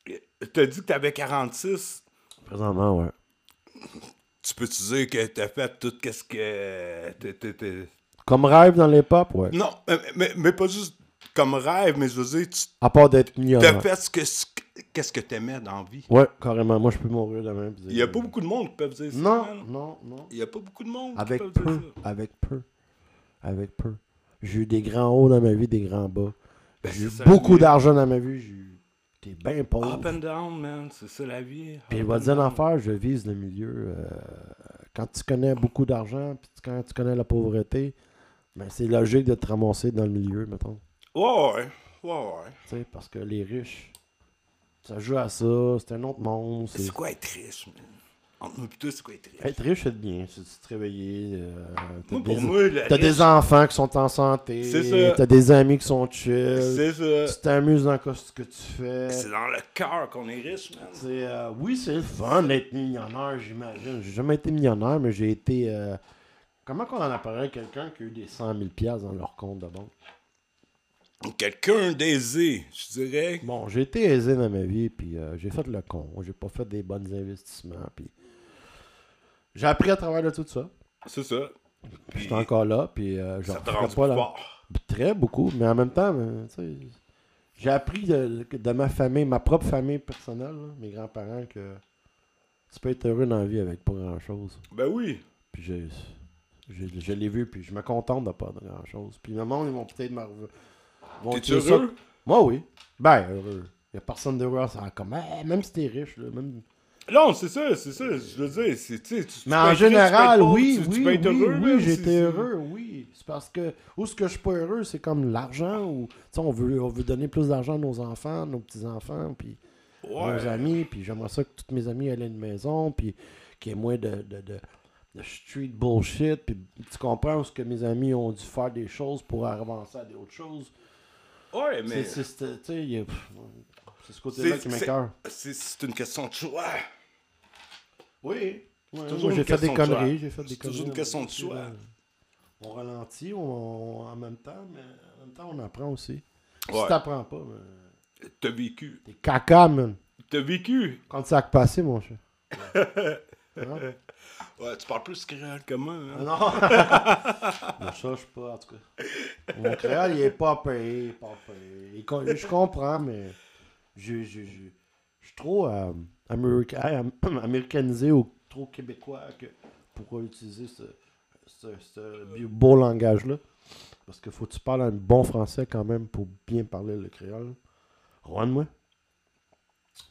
Speaker 1: ben, t'as dit que t'avais 46.
Speaker 2: Présentement, ouais.
Speaker 1: Tu peux-tu dire que t'as fait tout qu'est-ce que. t'es- t'es- t'es-
Speaker 2: Comme rêve dans les pop, ouais.
Speaker 1: Non, mais, mais, mais pas juste comme rêve, mais je veux dire, tu
Speaker 2: À part d'être
Speaker 1: t'as
Speaker 2: millionnaire.
Speaker 1: fait ce que, ce que- qu'est-ce que t'aimais dans la vie.
Speaker 2: Ouais, carrément. Moi, je peux mourir demain. puis dire-
Speaker 1: Il y a pas beaucoup de monde qui peuvent dire ça.
Speaker 2: Non,
Speaker 1: man.
Speaker 2: non, non.
Speaker 1: Il y a pas beaucoup de monde
Speaker 2: Avec
Speaker 1: qui peuvent
Speaker 2: peu,
Speaker 1: dire ça.
Speaker 2: avec peu, avec peu. J'ai eu des grands hauts dans ma vie, des grands bas. J'ai eu
Speaker 1: Ben, c'est ça, Ah, ben,
Speaker 2: beaucoup
Speaker 1: mais-
Speaker 2: d'argent dans ma vie. J'ai eu... T'es bien pauvre.
Speaker 1: Up and down, man, c'est ça la vie.
Speaker 2: Puis
Speaker 1: Up
Speaker 2: je vais
Speaker 1: and
Speaker 2: te dire une
Speaker 1: down.
Speaker 2: affaire, je vise le milieu. euh, quand tu connais beaucoup d'argent, puis tu- quand tu connais la pauvreté, ben c'est logique de te ramasser dans le milieu, mettons.
Speaker 1: Ouais, ouais, ouais, ouais.
Speaker 2: Tu sais, parce que les riches, ça joue à ça, c'est un autre monde. c'est-
Speaker 1: C'est quoi être riche, man? Entre nous pis toi, c'est quoi être riche?
Speaker 2: Être riche, c'est bien. C'est de te réveiller. euh, t'as
Speaker 1: Moi, pour
Speaker 2: des-
Speaker 1: moi, le
Speaker 2: T'as
Speaker 1: riche,
Speaker 2: des enfants qui sont en santé.
Speaker 1: C'est ça.
Speaker 2: T'as des amis qui sont chill.
Speaker 1: C'est ça.
Speaker 2: Tu t'amuses dans ce que tu fais.
Speaker 1: C'est dans le cœur qu'on est riche, man.
Speaker 2: C'est, euh, oui, c'est le fun d'être millionnaire, j'imagine. J'ai jamais été millionnaire, mais j'ai été. euh, Comment qu'on en apparaît quelqu'un qui a eu des 100 000 piastres dans leur compte de banque?
Speaker 1: Quelqu'un d'aisé, je dirais.
Speaker 2: Bon, j'ai été aisé dans ma vie, puis euh, j'ai fait le con. J'ai pas fait des bons investissements, puis j'ai appris à travers de tout ça.
Speaker 1: C'est ça.
Speaker 2: Puis j'étais encore là, puis euh, j'en
Speaker 1: Ça te
Speaker 2: referais
Speaker 1: rend
Speaker 2: pas la-
Speaker 1: fort.
Speaker 2: Très beaucoup, mais en même temps, euh, tu sais, j'ai appris de, de ma famille, ma propre famille personnelle, là, mes grands-parents, que tu peux être heureux dans la vie avec pas grand-chose.
Speaker 1: Ben oui.
Speaker 2: Puis je, je, je l'ai vu, puis je me contente de pas de grand-chose. Puis le monde, ils vont peut-être me rev- vont
Speaker 1: T'es
Speaker 2: tuer ça-
Speaker 1: heureux?
Speaker 2: Moi, oui. Ben, heureux. Il a personne d'heureux. Ça, comme, eh, même si t'es riche, là, même...
Speaker 1: Non, c'est ça, c'est ça. Je veux dire, c'est. tu sais, tu- tu
Speaker 2: Mais
Speaker 1: peux
Speaker 2: en
Speaker 1: être riche, tu peux être
Speaker 2: général,
Speaker 1: pauvre,
Speaker 2: oui,
Speaker 1: tu- tu
Speaker 2: oui,
Speaker 1: peux
Speaker 2: oui,
Speaker 1: être heureux,
Speaker 2: oui,
Speaker 1: man,
Speaker 2: j'ai
Speaker 1: c'est-
Speaker 2: été
Speaker 1: c'est-
Speaker 2: heureux, oui. C'est parce que, où ce que je suis pas heureux, c'est comme l'argent, ou, tu sais, on veut, on veut donner plus d'argent à nos enfants, nos petits-enfants, puis nos
Speaker 1: Ouais.
Speaker 2: amis, puis j'aimerais ça que toutes mes amies aient une maison, puis qu'il y ait moins de, de, de, de street bullshit, puis tu comprends ce que mes amis ont dû faire des choses pour avancer à des autres choses.
Speaker 1: Ouais, mais.
Speaker 2: C'est- C'est c'est- tu sais, il y a- pff, c'est ce côté-là qui
Speaker 1: c'est-
Speaker 2: m'écoeure.
Speaker 1: c'est- C'est une question de choix.
Speaker 2: Oui. Ouais,
Speaker 1: toujours
Speaker 2: moi,
Speaker 1: une
Speaker 2: j'ai fait des
Speaker 1: question de choix.
Speaker 2: conneries, j'ai fait des
Speaker 1: C'est
Speaker 2: conneries.
Speaker 1: toujours une question de choix.
Speaker 2: Euh, On ralentit on, on- en même temps, mais en même temps, on apprend aussi.
Speaker 1: Ouais.
Speaker 2: Si t'apprends pas, ben,
Speaker 1: T'as vécu.
Speaker 2: t'es caca, man.
Speaker 1: T'as vécu.
Speaker 2: Quand ça a passé, mon chat. non?
Speaker 1: Ouais, tu parles plus créole que moi. hein.
Speaker 2: Ah non. mon chat, je sais pas, en tout cas. Mon créole, il est pas payé, il est pas payé. Il con- Je comprends, mais je, je, je, je suis trop euh, américa- am- américanisé ou trop québécois que pour utiliser ce, ce, ce beau langage-là. Parce qu'il faut que tu parles un bon français quand même pour bien parler le créole. Rwanda, moi.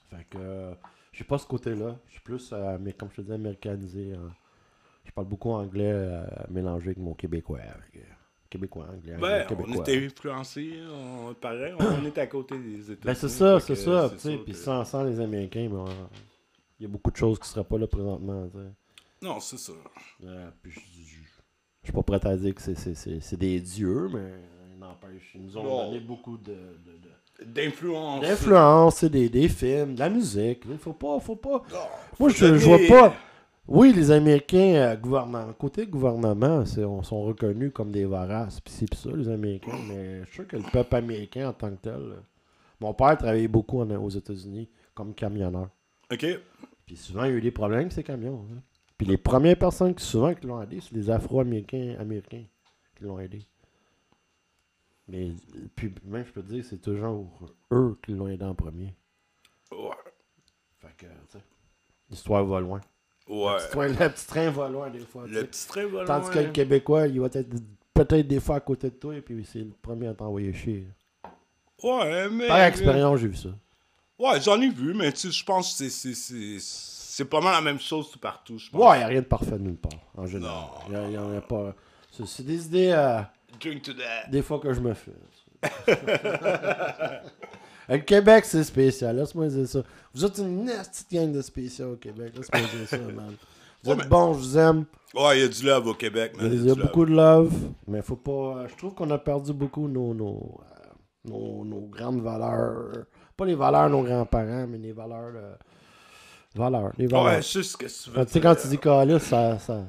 Speaker 2: Fait que euh, j'ai pas ce côté-là. Je suis plus, euh, mais comme je te dis, américanisé. hein. Je parle beaucoup anglais euh, mélangé avec mon québécois. fait que, québécois, anglais, anglais,
Speaker 1: Ben, on
Speaker 2: québécois.
Speaker 1: était influencés, on, pareil, on est à côté des États-Unis.
Speaker 2: Ben c'est ça,
Speaker 1: fait
Speaker 2: c'est
Speaker 1: que
Speaker 2: ça. tu sais,
Speaker 1: sûr
Speaker 2: Puis
Speaker 1: que-
Speaker 2: sans, sans les Américains, ben, il y a beaucoup de choses qui ne seraient pas là présentement. tu sais.
Speaker 1: Non, c'est ça.
Speaker 2: Euh, puis je je- je suis pas prêt à dire que c'est- c'est- c'est c'est des dieux, mais euh, il n'empêche. Ils nous ont
Speaker 1: Non.
Speaker 2: donné beaucoup de- de- de,
Speaker 1: D'influence.
Speaker 2: L'influence, c'est des, des films, de la musique. Il faut pas, faut pas.
Speaker 1: Non, faut
Speaker 2: Moi, je, je vois
Speaker 1: donner-
Speaker 2: pas. Oui, les Américains, euh, gouvernement, côté gouvernement, c'est- on sont reconnus comme des varas, pis c'est ça, les Américains. Mais je suis sûr que le peuple américain en tant que tel. euh, Mon père travaillait beaucoup en- aux États-Unis comme camionneur.
Speaker 1: Ok.
Speaker 2: Puis souvent, il y a eu des problèmes avec ces camions. hein. Puis les premières personnes qui souvent qui l'ont aidé, c'est les Afro-Américains américains qui l'ont aidé. Mais puis même, je peux te dire, c'est toujours eux qui l'ont aidé en premier.
Speaker 1: Ouais.
Speaker 2: Fait que, tu sais, l'histoire va loin.
Speaker 1: Ouais.
Speaker 2: Le, petit train, le petit train va loin des fois. tu
Speaker 1: Le
Speaker 2: sais.
Speaker 1: petit hein. train va
Speaker 2: Tandis
Speaker 1: loin.
Speaker 2: que le Québécois, il va être peut-être des fois à côté de toi et puis c'est le premier à t'envoyer chier.
Speaker 1: Ouais, mais.
Speaker 2: Par expérience, j'ai vu ça.
Speaker 1: eh. Ouais, j'en ai vu, mais tu sais, je pense que c'est- c'est- c'est c'est pas mal la même chose tout partout, je pense.
Speaker 2: Ouais, il n'y a rien de parfait nulle part, en général.
Speaker 1: Non.
Speaker 2: Il n'y en a pas. C'est c'est des idées. euh,
Speaker 1: Drink to that.
Speaker 2: Des fois que je me fais. le Québec, c'est spécial. Laisse-moi dire ça. Vous êtes une petite gang de spéciaux au Québec. Laisse-moi dire ça, man. Vous
Speaker 1: Ouais,
Speaker 2: êtes
Speaker 1: mais-
Speaker 2: bons, je vous aime.
Speaker 1: Ouais, il y a du love au Québec, man.
Speaker 2: Il y a beaucoup de love, mais faut pas. euh, Je trouve qu'on a perdu beaucoup nos, nos, euh, nos, nos grandes valeurs. Pas les valeurs de nos grands-parents, mais les valeurs. euh, valeurs. Les valeurs.
Speaker 1: Ouais, c'est ce que tu
Speaker 2: Ah,
Speaker 1: veux.
Speaker 2: tu sais, quand tu dis calice, ça, ça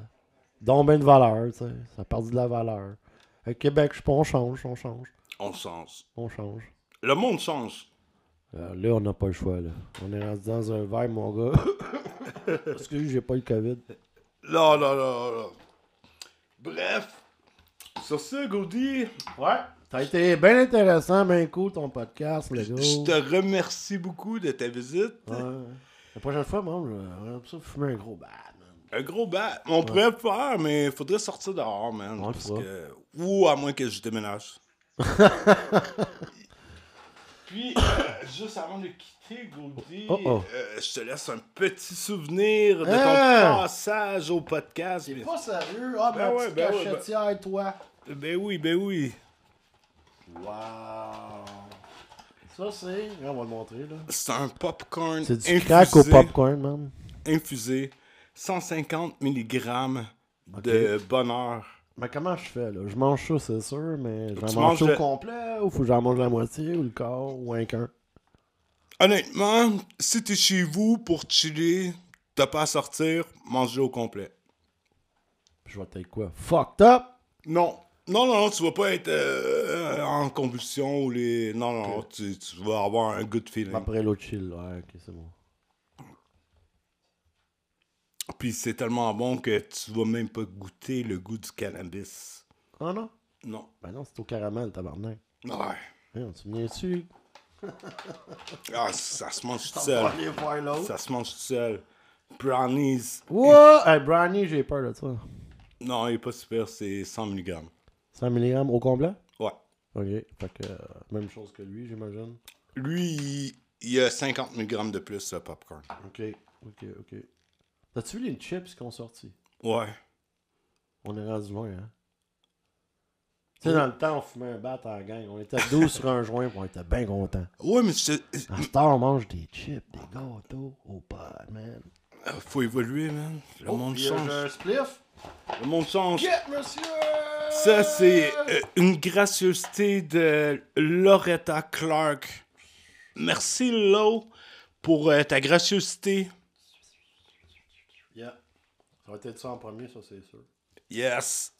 Speaker 2: donne bien de valeur, tu sais. Ça a perdu de la valeur. Au Québec, je sais pas, on change, on change.
Speaker 1: On change.
Speaker 2: On change.
Speaker 1: Le monde change.
Speaker 2: Euh, là, on n'a pas le choix. Là. On est rendu dans un verre, mon gars. Parce que j'ai pas le COVID.
Speaker 1: Là, là, là, là. Bref. Sur ce, Gaudi,
Speaker 2: Ouais. Ça a été bien intéressant, bien cool ton podcast, le
Speaker 1: je
Speaker 2: gars.
Speaker 1: te remercie beaucoup de ta visite.
Speaker 2: Ouais. La prochaine fois, man, je- on va ça fumer un gros bad, man.
Speaker 1: Un gros bat. On pourrait le faire, mais il faudrait sortir dehors, man.
Speaker 2: On le
Speaker 1: parce
Speaker 2: fera.
Speaker 1: que... Ou à moins que je déménage. Puis, euh, juste avant de quitter, Gaudi,
Speaker 2: Oh, oh.
Speaker 1: euh, je te laisse un petit souvenir de ton
Speaker 2: Hein?
Speaker 1: passage au podcast. Mais-
Speaker 2: Pas sérieux? Ah,
Speaker 1: Ben
Speaker 2: ben,
Speaker 1: ouais,
Speaker 2: petite
Speaker 1: ben ouais, ben-
Speaker 2: cachetière, toi.
Speaker 1: Ben oui, ben oui.
Speaker 2: Wow. Ça, c'est. Regarde, On va le montrer, là.
Speaker 1: C'est un popcorn
Speaker 2: C'est du
Speaker 1: infusé,
Speaker 2: crack au popcorn, man.
Speaker 1: infusé 150 mg
Speaker 2: Ok.
Speaker 1: de bonheur.
Speaker 2: Mais comment je fais là Je mange ça, c'est sûr, mais j'en
Speaker 1: Tu
Speaker 2: mange
Speaker 1: manges
Speaker 2: ça au
Speaker 1: le-
Speaker 2: complet ou faut que j'en mange la moitié ou le corps ou un quart
Speaker 1: Honnêtement, si t'es chez vous pour chiller, t'as pas à sortir, mange au complet.
Speaker 2: Puis je vais être quoi Fucked up
Speaker 1: Non. Non, non, non, tu vas pas être euh, en convulsion ou les. Non, non, tu, tu vas avoir un good feeling.
Speaker 2: Après l'autre chill, ouais, ok, c'est bon.
Speaker 1: Puis c'est tellement bon que tu vas même pas goûter le goût du cannabis.
Speaker 2: Ah non
Speaker 1: Non.
Speaker 2: Ben non, c'est au caramel, tabarnak.
Speaker 1: Ah Ouais.
Speaker 2: Hey, on se souvient tu
Speaker 1: Ah, ça se mange tout
Speaker 2: On
Speaker 1: seul.
Speaker 2: va aller voir l'autre.
Speaker 1: Ça se mange tout seul. Brownies.
Speaker 2: Wow! Hey, Brownie, j'ai peur de toi.
Speaker 1: Non, il est pas super, c'est 100 mg.
Speaker 2: 100 mg au complet
Speaker 1: Ouais.
Speaker 2: Ok, fait que euh, même chose que lui, j'imagine.
Speaker 1: Lui, il, il a 50 mg de plus de popcorn.
Speaker 2: Ok, ok, ok. T'as-tu vu les chips qu'on sorti
Speaker 1: Ouais.
Speaker 2: On est rendu loin, hein Tu sais, dans le temps, on fumait un bat en gang. On était 12 sur un joint, puis on était bien contents.
Speaker 1: Ouais, mais c'est-
Speaker 2: À cette heure, on mange des chips, des gâteaux au pot, man.
Speaker 1: Euh, Faut évoluer, man. Le monde
Speaker 2: Puis, euh,
Speaker 1: change.
Speaker 2: j'ai un spliff.
Speaker 1: Le monde change.
Speaker 2: Get, monsieur!
Speaker 1: Ça, c'est euh, une gracieuseté de Loretta Clark. Merci, Lo, pour euh, ta gracieuseté.
Speaker 2: Yeah. Ça va être ça en premier, ça, c'est sûr.
Speaker 1: Yes.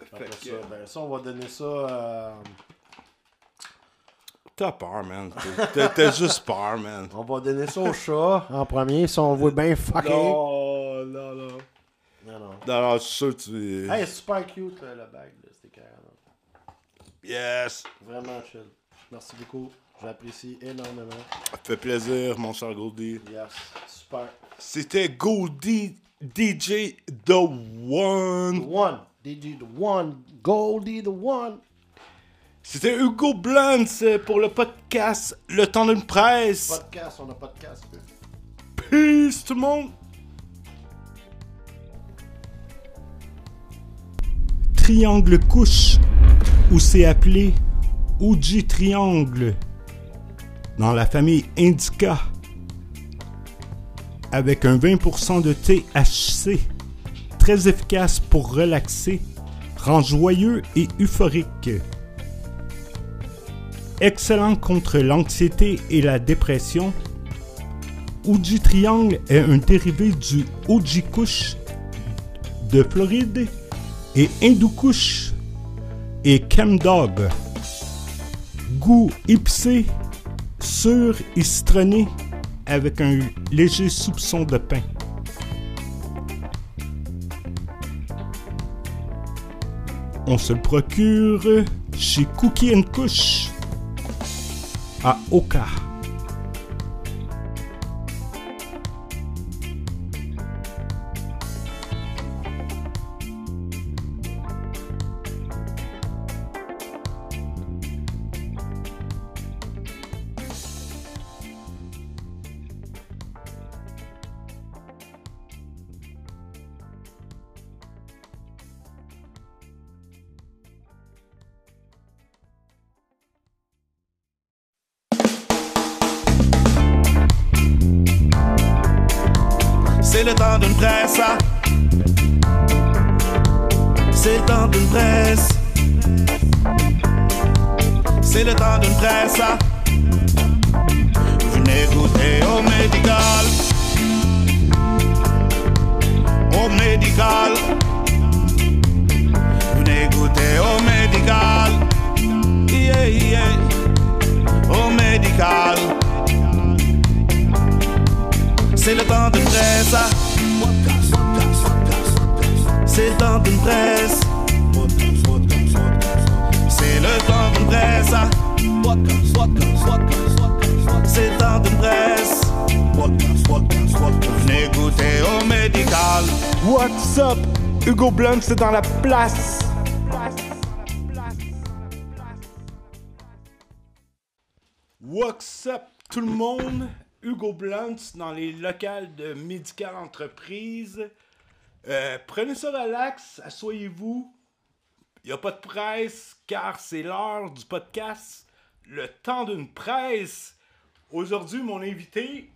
Speaker 2: Après
Speaker 1: Fait
Speaker 2: ça, ben, ça, on va donner ça. euh,
Speaker 1: T'as peur, man. T'as- T'as t'as juste peur, man.
Speaker 2: on va donner ça au chat en premier, si on veut bien fucker. Non,
Speaker 1: Non, non, non.
Speaker 2: non.
Speaker 1: Non, non, je suis sûr que tu.
Speaker 2: Hey, super cute, euh, le bag, là, c'était carrément.
Speaker 1: Yes.
Speaker 2: Vraiment chill. Merci beaucoup. J'apprécie énormément.
Speaker 1: Ça fait plaisir, mon cher Goldie.
Speaker 2: Yes, super.
Speaker 1: C'était Goldie DJ The One.
Speaker 2: The one. DJ the one. Goldie the one.
Speaker 1: C'était Hugo Blunt pour le podcast Le temps d'une presse.
Speaker 2: Podcast, on a podcast.
Speaker 1: Peace tout le monde. Triangle couche, ou c'est appelé OG triangle, dans la famille Indica, avec un 20% de THC, très efficace pour relaxer, rend joyeux et euphorique excellent contre l'anxiété et la dépression. Ouji Triangle est un dérivé du Ouji Kush de Floride et Hindu Kush et Chemdog. Goût épicé, sûr et citronné avec un léger soupçon de pain. On se le procure chez Cookie and Kush à Oka.
Speaker 3: C'est le temps d'une presse. ah. C'est le temps d'une presse. C'est le temps d'une presse. ah. Venez goûter au médical. Au médical. Venez goûter au médical. Yeah, yeah. Au médical. C'est le temps d'une presse. ah. C'est le temps d'une presse. C'est le temps d'une presse. ah. C'est le temps d'une presse. Venez goûter au médical.
Speaker 1: What's up? Hugo Blunt, c'est dans la place. What's up, tout le monde? Hugo Blunt dans les locales de Médical Entreprise. Euh, prenez ça relax, asseyez-vous. Il n'y a pas de presse car c'est l'heure du podcast, le temps d'une presse. Aujourd'hui, mon invité,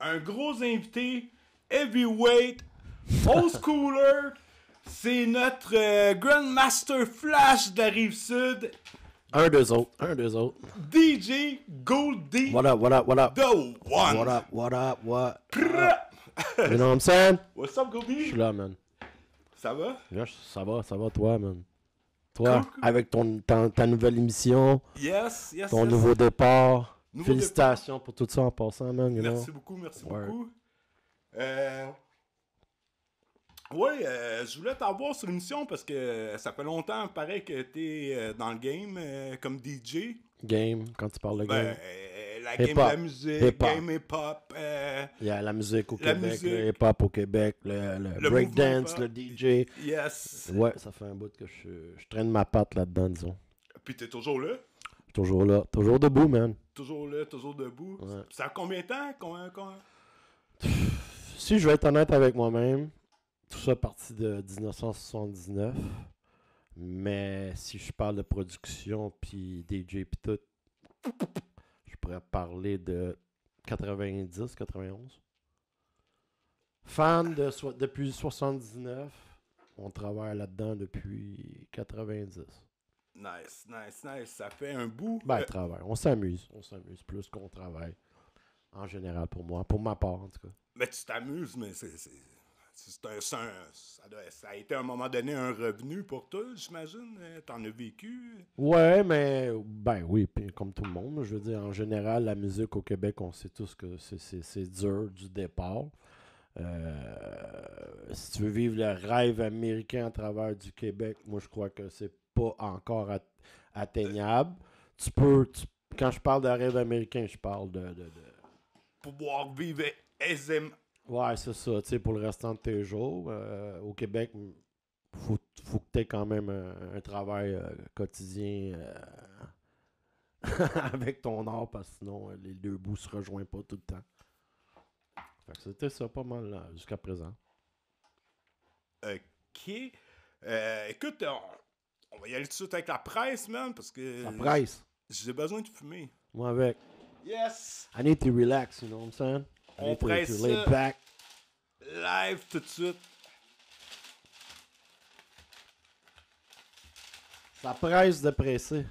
Speaker 1: un gros invité heavyweight, old schooler. C'est notre euh, Grandmaster Flash de la rive sud,
Speaker 2: Un, deux autres. Un, deux autres.
Speaker 1: DJ Goldie
Speaker 2: What up, what up, what up?
Speaker 1: The One.
Speaker 2: What up, what up, what You know what I'm saying?
Speaker 1: What's up,
Speaker 2: Je
Speaker 1: Goldie?
Speaker 2: suis là, man.
Speaker 1: Ça va?
Speaker 2: Là, je- ça va, ça va, toi, man. Toi,
Speaker 1: Cool, cool.
Speaker 2: avec ton, ta, ta nouvelle émission,
Speaker 1: Yes, yes,
Speaker 2: ton
Speaker 1: yes.
Speaker 2: nouveau départ.
Speaker 1: Nouveau
Speaker 2: Félicitations pour tout ça en passant, man. you
Speaker 1: Merci
Speaker 2: know.
Speaker 1: beaucoup, merci
Speaker 2: Ouais.
Speaker 1: beaucoup. Euh... Ouais, euh, je voulais t'avoir sur l'émission parce que ça fait longtemps, pareil, que t'es euh, dans le game euh, comme DJ.
Speaker 2: Game, quand tu parles de
Speaker 1: Ben,
Speaker 2: game.
Speaker 1: euh, la
Speaker 2: Hip-hop.
Speaker 1: game de la musique,
Speaker 2: Hip-hop.
Speaker 1: game hip-hop. euh,
Speaker 2: Il y a la musique au
Speaker 1: la
Speaker 2: Québec, le
Speaker 1: musique.
Speaker 2: hip-hop au Québec, le, le
Speaker 1: Le
Speaker 2: breakdance,
Speaker 1: mouvement
Speaker 2: le DJ.
Speaker 1: yes.
Speaker 2: Ouais, ça fait un bout que je, je traîne ma patte là-dedans, disons.
Speaker 1: Puis t'es toujours là.
Speaker 2: Toujours là, toujours debout, man.
Speaker 1: Toujours là, toujours debout.
Speaker 2: Ouais.
Speaker 1: Ça a combien de temps qu'on... qu'on-
Speaker 2: Si je vais être honnête avec moi-même, tout ça parti de 1979. Mais si je parle de production, puis DJ, puis tout, je pourrais parler de 90, 91. Fan de soi- depuis 79, on travaille là-dedans depuis 90.
Speaker 1: Nice, nice, nice. Ça fait un bout.
Speaker 2: Ben,
Speaker 1: Euh,
Speaker 2: travaille, on s'amuse, on s'amuse plus qu'on travaille. En général, pour moi, pour ma part, en tout cas.
Speaker 1: Mais tu t'amuses, mais c'est. c'est- c'est un- c'est un- ça, doit- ça a été à un moment donné un revenu pour toi, j'imagine. euh, T'en as vécu.
Speaker 2: Ouais, mais ben oui, puis comme tout le monde, je veux dire, en général, la musique au Québec, on sait tous que c'est- c'est c'est dur du départ. Euh, si tu veux vivre le rêve américain à travers du Québec, moi je crois que c'est pas encore at- atteignable. Tu peux, tu- quand je parle de rêve américain, je parle de, de- de-
Speaker 1: Pouvoir vivre aisément.
Speaker 2: Ouais, c'est ça, tu sais, pour le restant de tes jours. euh, au Québec, faut, faut que tu aies quand même un, un travail euh, quotidien euh, avec ton art, parce que sinon, euh, les deux bouts se rejoignent pas tout le temps. Fait que c'était ça pas mal là, jusqu'à présent.
Speaker 1: Ok. Euh, écoute, on, on va y aller tout de suite avec la presse, man, parce que.
Speaker 2: La presse,
Speaker 1: J'ai besoin de fumer.
Speaker 2: moi avec.
Speaker 1: Yes!
Speaker 2: I need to relax, you know what I'm saying? I
Speaker 1: On
Speaker 2: need to,
Speaker 1: presse
Speaker 2: to
Speaker 1: ça.
Speaker 2: lay back.
Speaker 1: Live tout de suite.
Speaker 2: Ça presse de presser.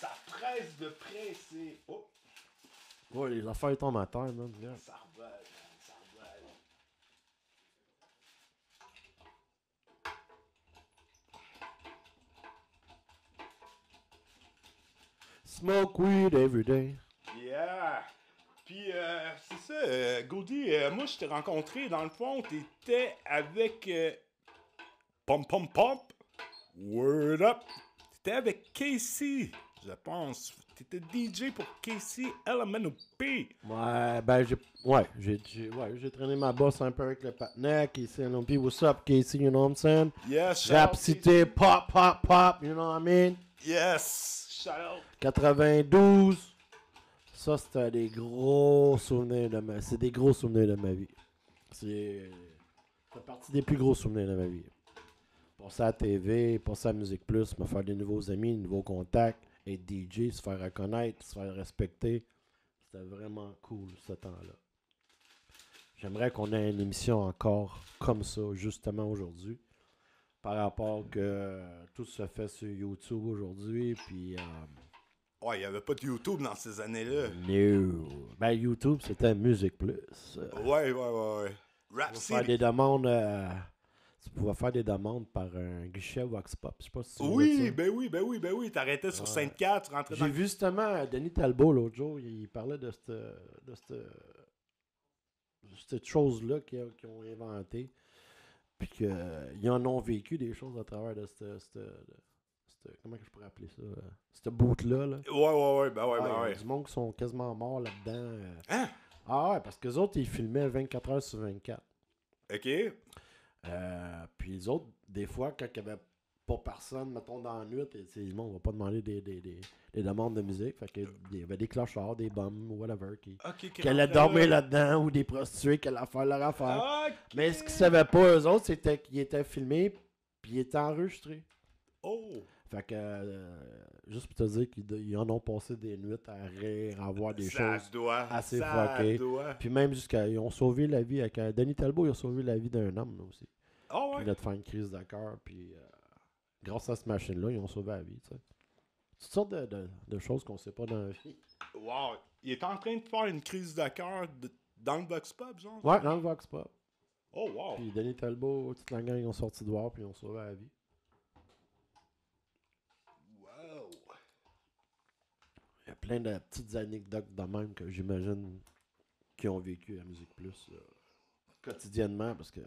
Speaker 1: Ça presse de presser. Oh,
Speaker 2: Ouais, les affaires tombent à terre, man. regarde.
Speaker 1: ça revole, man, ça revole.
Speaker 2: Smoke weed every day.
Speaker 1: Yeah! Puis, euh, c'est ça, euh, Goody, euh, moi, je t'ai rencontré, dans le fond, t'étais avec... euh, pom Pom Pop, Word Up. T'étais avec Casey, je pense. T'étais DJ pour Casey LMNOP.
Speaker 2: Ouais, ben j'ai. Ouais, j'ai j'ai- ouais, j'ai traîné ma bosse un peu avec le patinet, Casey and OP. What's up, Casey? You know what I'm saying?
Speaker 1: Yes, shout
Speaker 2: Rap
Speaker 1: out,
Speaker 2: Cité, pop, pop, pop. You know what I mean?
Speaker 1: Casey. Yes, shout out.
Speaker 2: 92. Ça, c'était des gros souvenirs de ma C'est des gros souvenirs de ma vie. C'est. C'est partie des plus gros souvenirs de ma vie. Passer à la TV, passer à Musique Plus, me faire des nouveaux amis, des nouveaux contacts, être DJ, se faire reconnaître, se faire respecter. C'était vraiment cool ce temps-là. J'aimerais qu'on ait une émission encore comme ça, justement aujourd'hui. Par rapport que tout se fait sur YouTube aujourd'hui, puis. euh,
Speaker 1: Ouais, il n'y avait pas de YouTube dans ces années-là.
Speaker 2: No. Ben, YouTube, c'était Musique Plus. Euh,
Speaker 1: Ouais, ouais, ouais, ouais. Rap
Speaker 2: Tu pouvais
Speaker 1: City.
Speaker 2: faire des demandes. euh, tu pouvais faire des demandes par un guichet Vox Pop. Je sais pas si tu vois
Speaker 1: Oui,
Speaker 2: ça.
Speaker 1: ben oui, ben oui, ben oui. T'arrêtais sur Sainte-Cat, tu rentrais dans
Speaker 2: J'ai
Speaker 1: le
Speaker 2: vu justement euh, Denis Talbot l'autre jour. Il il parlait de cette. de cette. de cette chose-là qu'ils qu'ils ont inventée. Puis qu'ils en ont vécu des choses à travers de cette. cette- de- cette- comment que je pourrais appeler ça? euh, Cette boot-là. Là.
Speaker 1: Ouais, ouais, ouais, ben ouais,
Speaker 2: Ah, il y
Speaker 1: ben
Speaker 2: a
Speaker 1: ouais.
Speaker 2: du monde qui sont quasiment morts là-dedans. euh.
Speaker 1: Hein?
Speaker 2: Ah ouais, parce que les autres, ils filmaient 24 heures sur 24.
Speaker 1: Ok,
Speaker 2: Euh, puis les autres, des fois, quand il n'y avait pas personne, mettons dans la nuit, et, le monde ne va pas demander des, des, des, des demandes de musique. Fait que il y avait des clochards, des bums, whatever, qui,
Speaker 1: Ok,
Speaker 2: qui allaient dormir là-dedans ou des prostituées qui allaient faire leur affaire.
Speaker 1: Ah, Ok.
Speaker 2: Mais ce qu'ils savaient pas, eux autres, c'était qu'ils étaient filmés puis ils étaient enregistrés.
Speaker 1: Oh!
Speaker 2: Fait que, euh, juste pour te dire qu'ils ils en ont passé des nuits à rire, à voir des
Speaker 1: ça
Speaker 2: choses.
Speaker 1: doit.
Speaker 2: assez
Speaker 1: ça
Speaker 2: fuckées.
Speaker 1: doit.
Speaker 2: Puis même jusqu'à. Ils ont sauvé la vie. Avec, euh, Danny Talbot, ils ont sauvé la vie d'un homme, là, aussi.
Speaker 1: Ah
Speaker 2: Puis
Speaker 1: ouais.
Speaker 2: Il venait de faire une crise de cœur. Puis euh, grâce à cette machine-là, ils ont sauvé la vie, tu sais. Toutes sortes de, de- de choses qu'on sait pas dans la vie.
Speaker 1: Wow. Il est en train de faire une crise de cœur de- dans le box pub, genre.
Speaker 2: Ouais, dans le Vox Pop.
Speaker 1: Oh wow.
Speaker 2: Puis Danny Talbot, toute la gang, ils ont sorti dehors, puis ils ont sauvé la vie.
Speaker 1: Wow.
Speaker 2: Il y a plein de petites anecdotes de même que j'imagine qui ont vécu à Musique Plus là, quotidiennement parce que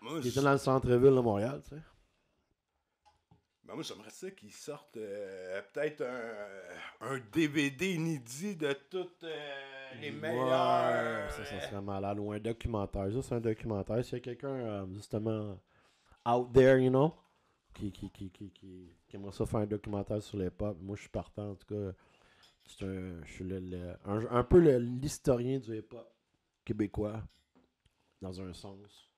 Speaker 1: Moi,
Speaker 2: ils
Speaker 1: je-
Speaker 2: étaient dans le centre-ville de Montréal, tu sais.
Speaker 1: ben, moi, j'aimerais ça qu'ils sortent euh, peut-être un, un DVD inédit de toutes euh, les euh, meilleurs.
Speaker 2: Ça, ça serait malade. Ou un documentaire. Juste un documentaire. S'il y a quelqu'un, euh, justement, out there, you know, qui, qui, qui, qui, qui, qui aimerait ça faire un documentaire sur l'époque, moi, je suis partant. En tout cas, c'est un, je suis le- le- un, un peu le- l'historien du hip-hop québécois, dans un sens.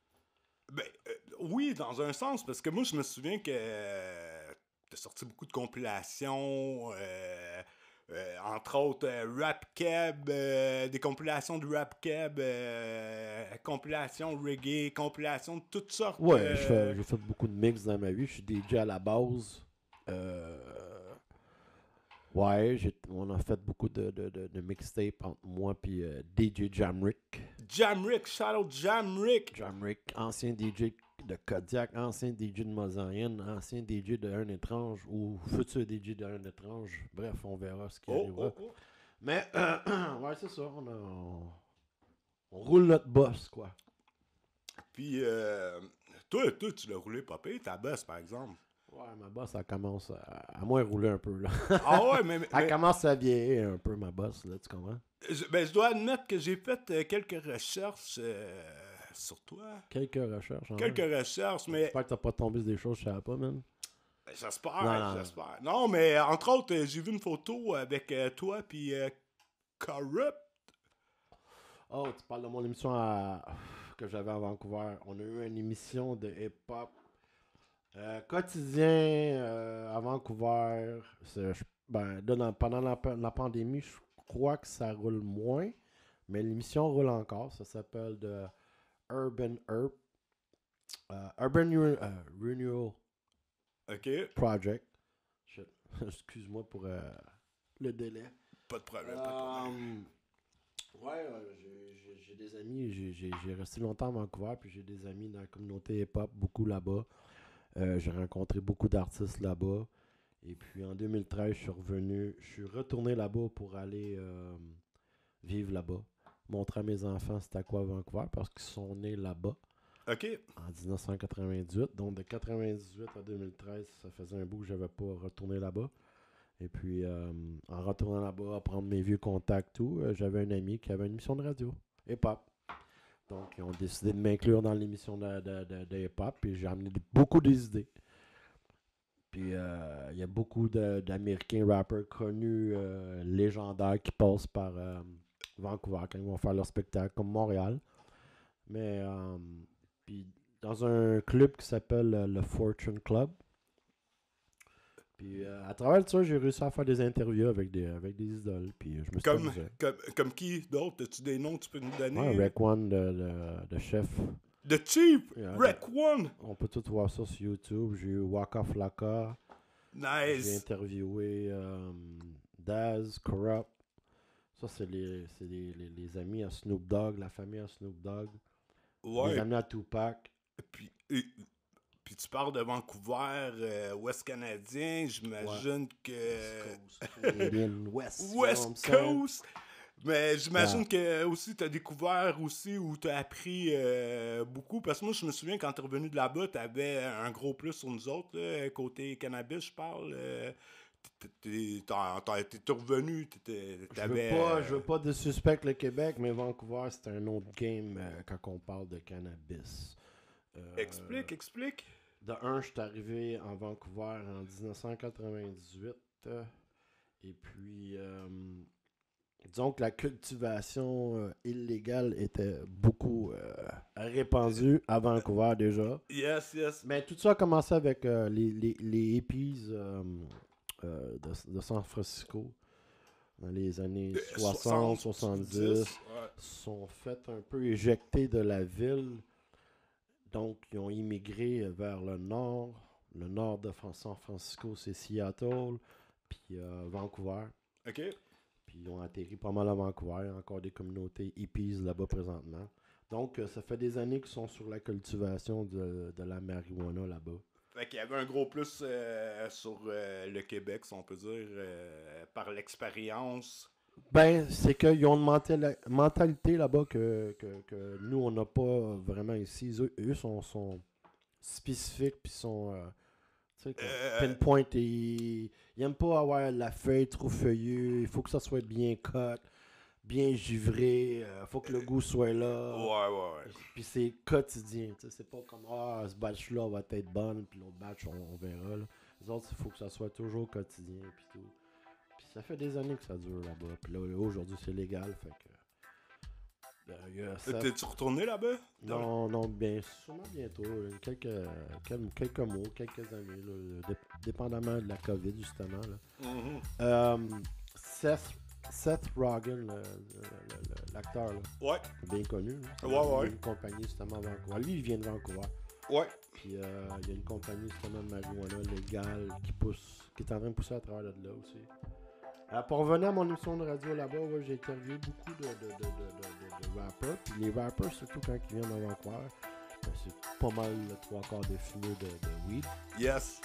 Speaker 1: Ben, euh, oui, dans un sens, parce que moi, je me souviens que euh, t'as sorti beaucoup de compilations, euh, euh, entre autres euh, Rap Cab, euh, des compilations de Rap Cab, euh, compilations reggae, compilations de toutes sortes.
Speaker 2: Ouais,
Speaker 1: euh,
Speaker 2: je fais- j'ai fait beaucoup de mix dans ma vie. Je suis DJ à la base. Euh, Ouais, j'ai- on a fait beaucoup de, de, de, de mixtapes entre moi et DJ Jamrick.
Speaker 1: Jamrick, shout out Jamrick!
Speaker 2: Jamrick, ancien DJ de Kodiak, ancien DJ de Mozarienne, ancien DJ de Un Étrange ou futur DJ de Un Étrange. Bref, on verra ce qui
Speaker 1: Oh,
Speaker 2: arrivera.
Speaker 1: oh, oh.
Speaker 2: Mais, euh, ouais, c'est ça. On, a- on- on roule notre boss, quoi.
Speaker 1: Puis, euh, toi, toi, tu l'as roulé papé, ta bosse, par exemple.
Speaker 2: Ouais, ma boss, elle commence à, à moins rouler un peu, là.
Speaker 1: Ah ouais, mais, mais-
Speaker 2: Elle commence à vieillir un peu, ma boss, là, tu comprends?
Speaker 1: je, ben, je dois admettre que j'ai fait euh, quelques recherches euh, sur toi.
Speaker 2: Quelques recherches. en même.
Speaker 1: Quelques recherches, mais
Speaker 2: J'espère que t'as pas tombé sur des choses que je savais pas, man.
Speaker 1: J'espère,
Speaker 2: Non, non, non.
Speaker 1: j'espère. Non, mais euh, entre autres, euh, j'ai vu une photo avec euh, toi puis euh, Corrupt.
Speaker 2: Oh, tu parles de mon émission à- que j'avais à Vancouver. On a eu une émission de hip-hop euh, quotidien euh, à Vancouver. C'est- je- ben, là, dans- pendant la, pa- la pandémie, je crois que ça roule moins, mais l'émission roule encore. Ça s'appelle de Urban Herb. euh, Urban Re- euh, Renewal
Speaker 1: OK,
Speaker 2: Project. Shit. Excuse-moi pour euh, le délai.
Speaker 1: pas de problème. Ah, ben, pas de problème.
Speaker 2: Euh, ouais, euh, j'ai- j'ai- j'ai des amis, j'ai- j'ai j'ai resté longtemps à Vancouver, puis j'ai des amis dans la communauté hip-hop, beaucoup là-bas. Euh, j'ai rencontré beaucoup d'artistes là-bas. Et puis en 2013, je suis revenu, je suis retourné là-bas pour aller euh, vivre là-bas, montrer à mes enfants c'était à quoi Vancouver, parce qu'ils sont nés là-bas
Speaker 1: OK,
Speaker 2: en 1998. Donc de 98 à 2013, ça faisait un bout que j'avais pas retourné là-bas. Et puis euh, en retournant là-bas, à prendre mes vieux contacts, tout, euh, j'avais un ami qui avait une émission de radio, hip-hop. Donc ils ont décidé de m'inclure dans l'émission de, de, de- de hip-hop, puis j'ai amené des- beaucoup des idées. Puis euh, il y a beaucoup de- d'Américains rappers connus, euh, légendaires, qui passent par euh, Vancouver quand ils vont faire leur spectacle, comme Montréal. Mais euh, puis dans un club qui s'appelle euh, le Fortune Club. Puis euh, à travers ça, j'ai réussi à faire des interviews avec des, avec des idoles. Puis euh, je me suis
Speaker 1: comme,
Speaker 2: amusé.
Speaker 1: comme, comme qui d'autre? As-tu des noms que tu peux nous donner?
Speaker 2: Ouais, Rec Ah, One de, de- de chef.
Speaker 1: The Cheap,
Speaker 2: Yeah.
Speaker 1: Rec One.
Speaker 2: On peut tout voir ça sur YouTube. J'ai eu Waka Flaka. J'ai
Speaker 1: Nice.
Speaker 2: interviewé euh, Daz, Corrupt. Ça, c'est les, c'est les, les- les amis à Snoop Dogg, la famille à Snoop Dogg. Les
Speaker 1: Ouais.
Speaker 2: amis à Tupac.
Speaker 1: Puis, euh, puis tu parles de Vancouver, euh, Ouest canadien, j'imagine que...
Speaker 2: Canadian, West. Ah. you know what I'm
Speaker 1: Euh, West
Speaker 2: saying?
Speaker 1: Coast. Mais j'imagine
Speaker 2: Ouais.
Speaker 1: que aussi t'as découvert aussi ou t'as appris euh, beaucoup parce que moi je me souviens quand t'es revenu de là-bas t'avais un gros plus sur nous autres là, côté cannabis je parle. euh, t'es- t'es- t'en- t'en- T'es t'es revenu t'étais-
Speaker 2: Je veux,
Speaker 1: t'avais.
Speaker 2: pas,
Speaker 1: euh,
Speaker 2: je veux pas de suspect le Québec, mais Vancouver, c'est un autre game euh, quand on parle de cannabis. Euh,
Speaker 1: Explique explique.
Speaker 2: De un, je suis arrivé en Vancouver en 1998. euh, Et puis, euh, disons que la cultivation euh, illégale était beaucoup euh, répandue à Vancouver déjà.
Speaker 1: Yes, yes.
Speaker 2: Mais tout ça a commencé avec euh, les, les, les hippies euh, euh, de, de San Francisco dans les
Speaker 1: Euh,
Speaker 2: années 60, 70
Speaker 1: ouais.
Speaker 2: sont fait un peu éjectés de la ville. Donc, ils ont immigré vers le nord. Le nord de Fran- San Francisco, c'est Seattle, puis euh, Vancouver.
Speaker 1: OK.
Speaker 2: Puis ils ont atterri pas mal à Vancouver. Il y a encore des communautés hippies là-bas présentement. Donc, euh, ça fait des années qu'ils sont sur la cultivation de, de la marijuana là-bas.
Speaker 1: Fait qu'il y avait un gros plus euh, sur euh, le Québec, si on peut dire, euh, par l'expérience.
Speaker 2: Ben, c'est qu'ils ont une mental- mentalité là-bas que, que, que nous, on n'a pas vraiment ici. Eux, eux sont, sont spécifiques, puis sont. euh, tu sais, comme
Speaker 1: Euh,
Speaker 2: pinpoint. Et, ils n'aiment pas avoir la feuille trop feuillue. Il faut que ça soit bien cut, bien givré. Il faut que le goût soit là.
Speaker 1: Ouais, ouais, ouais.
Speaker 2: Puis c'est quotidien. tu sais, C'est pas comme Ah, ce batch-là va être bonne, puis l'autre batch, on, on verra. là. Les autres, il faut que ça soit toujours quotidien, puis tout. Puis ça fait des années que ça dure là-bas. Puis là, là, aujourd'hui, c'est légal, fait que. Ben, il y a ça-
Speaker 1: T'es-tu retourné là-bas?
Speaker 2: Non, non, bien, sûrement bientôt. là, Quelques, quel- quelques mois, quelques années, là, dép- dépendamment de la COVID, justement. là.
Speaker 1: Mhm.
Speaker 2: Euh, Seth, Seth Rogen, le- le- le- le- l'acteur, là
Speaker 1: Ouais,
Speaker 2: bien connu. là.
Speaker 1: Ouais, ouais.
Speaker 2: Il y a une compagnie justement à Vancouver. Lui, il vient de Vancouver.
Speaker 1: ouais.
Speaker 2: Puis euh, il y a une compagnie justement de marijuana légale qui pousse, qui est en train de pousser à travers de là aussi. Euh, pour revenir à mon émission de radio là-bas, ouais, j'ai interviewé beaucoup de, de, de, de, de- de- de rappers. Puis les rappers, surtout quand ils viennent à Vancouver, ben, c'est pas mal le trois quarts des fumeux de, de weed.
Speaker 1: Yes.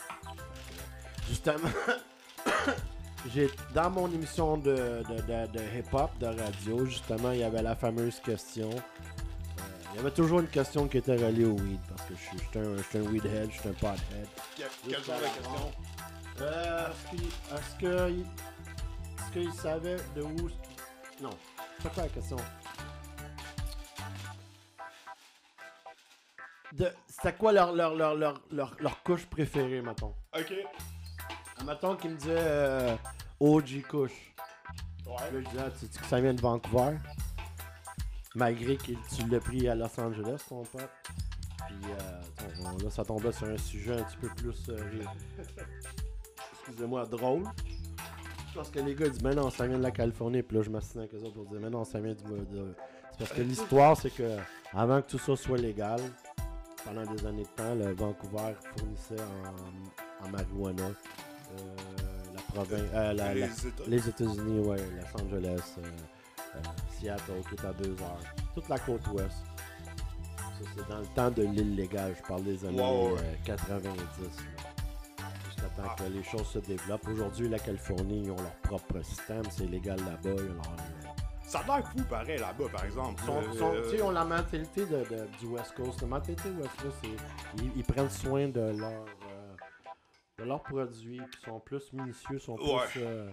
Speaker 2: Justement, j'ai dans mon émission de, de- de- de hip-hop, de radio, justement, il y avait la fameuse question. Euh, il y avait toujours une question qui était reliée au weed, parce que je suis j'étais un, j'étais un weedhead, je suis un pothead.
Speaker 1: Quel,
Speaker 2: Juste
Speaker 1: quel genre de
Speaker 2: avant.
Speaker 1: question?
Speaker 2: Euh, est-ce qu'il est-ce que il- est-ce qu'il savait de où ce qu'il- Non, c'est pas la question. De, c'était quoi leur, leur, leur, leur, leur, leur couche préférée, mettons?
Speaker 1: OK.
Speaker 2: Mettons qu'il me disait euh, OG Kush. Là,
Speaker 1: Ouais.
Speaker 2: je disais, ah, tu sais que ça vient de Vancouver. Malgré que tu l'as pris à Los Angeles, ton pote. Puis euh, on- on- là, ça tombait sur un sujet un petit peu plus. euh, ré- Excusez-moi, drôle. Parce que les gars disent, mais non, ça vient de la Californie. Puis là, je m'assinais avec eux autres pour dire, mais non, ça vient du. de- C'est parce que l'histoire, c'est que avant que tout ça soit légal, pendant des années de temps, le Vancouver fournissait en, en marijuana euh, la province. euh, la- la-
Speaker 1: Les États.
Speaker 2: les États-Unis, ouais, Los Angeles, euh, euh, Seattle, qui est à deux heures. Toute la côte ouest. Ça, c'est dans le temps de l'illégal. Je parle des années
Speaker 1: Ouais, Ah. ouais.
Speaker 2: euh, 90. là. Jusqu'à temps que les choses se développent. Aujourd'hui, la Californie, ils ont leur propre système. C'est légal là-bas. ils ont leur- euh,
Speaker 1: Ça a l'air fou, pareil, là-bas, par exemple.
Speaker 2: Ils sont-
Speaker 1: Euh,
Speaker 2: sont- tu sais, ils ont la mentalité de, de- du West Coast. La mentalité West Coast, c'est ils, ils prennent soin de leur... euh, de leurs produits, ils sont plus minutieux, sont plus...
Speaker 1: Ouais.
Speaker 2: euh,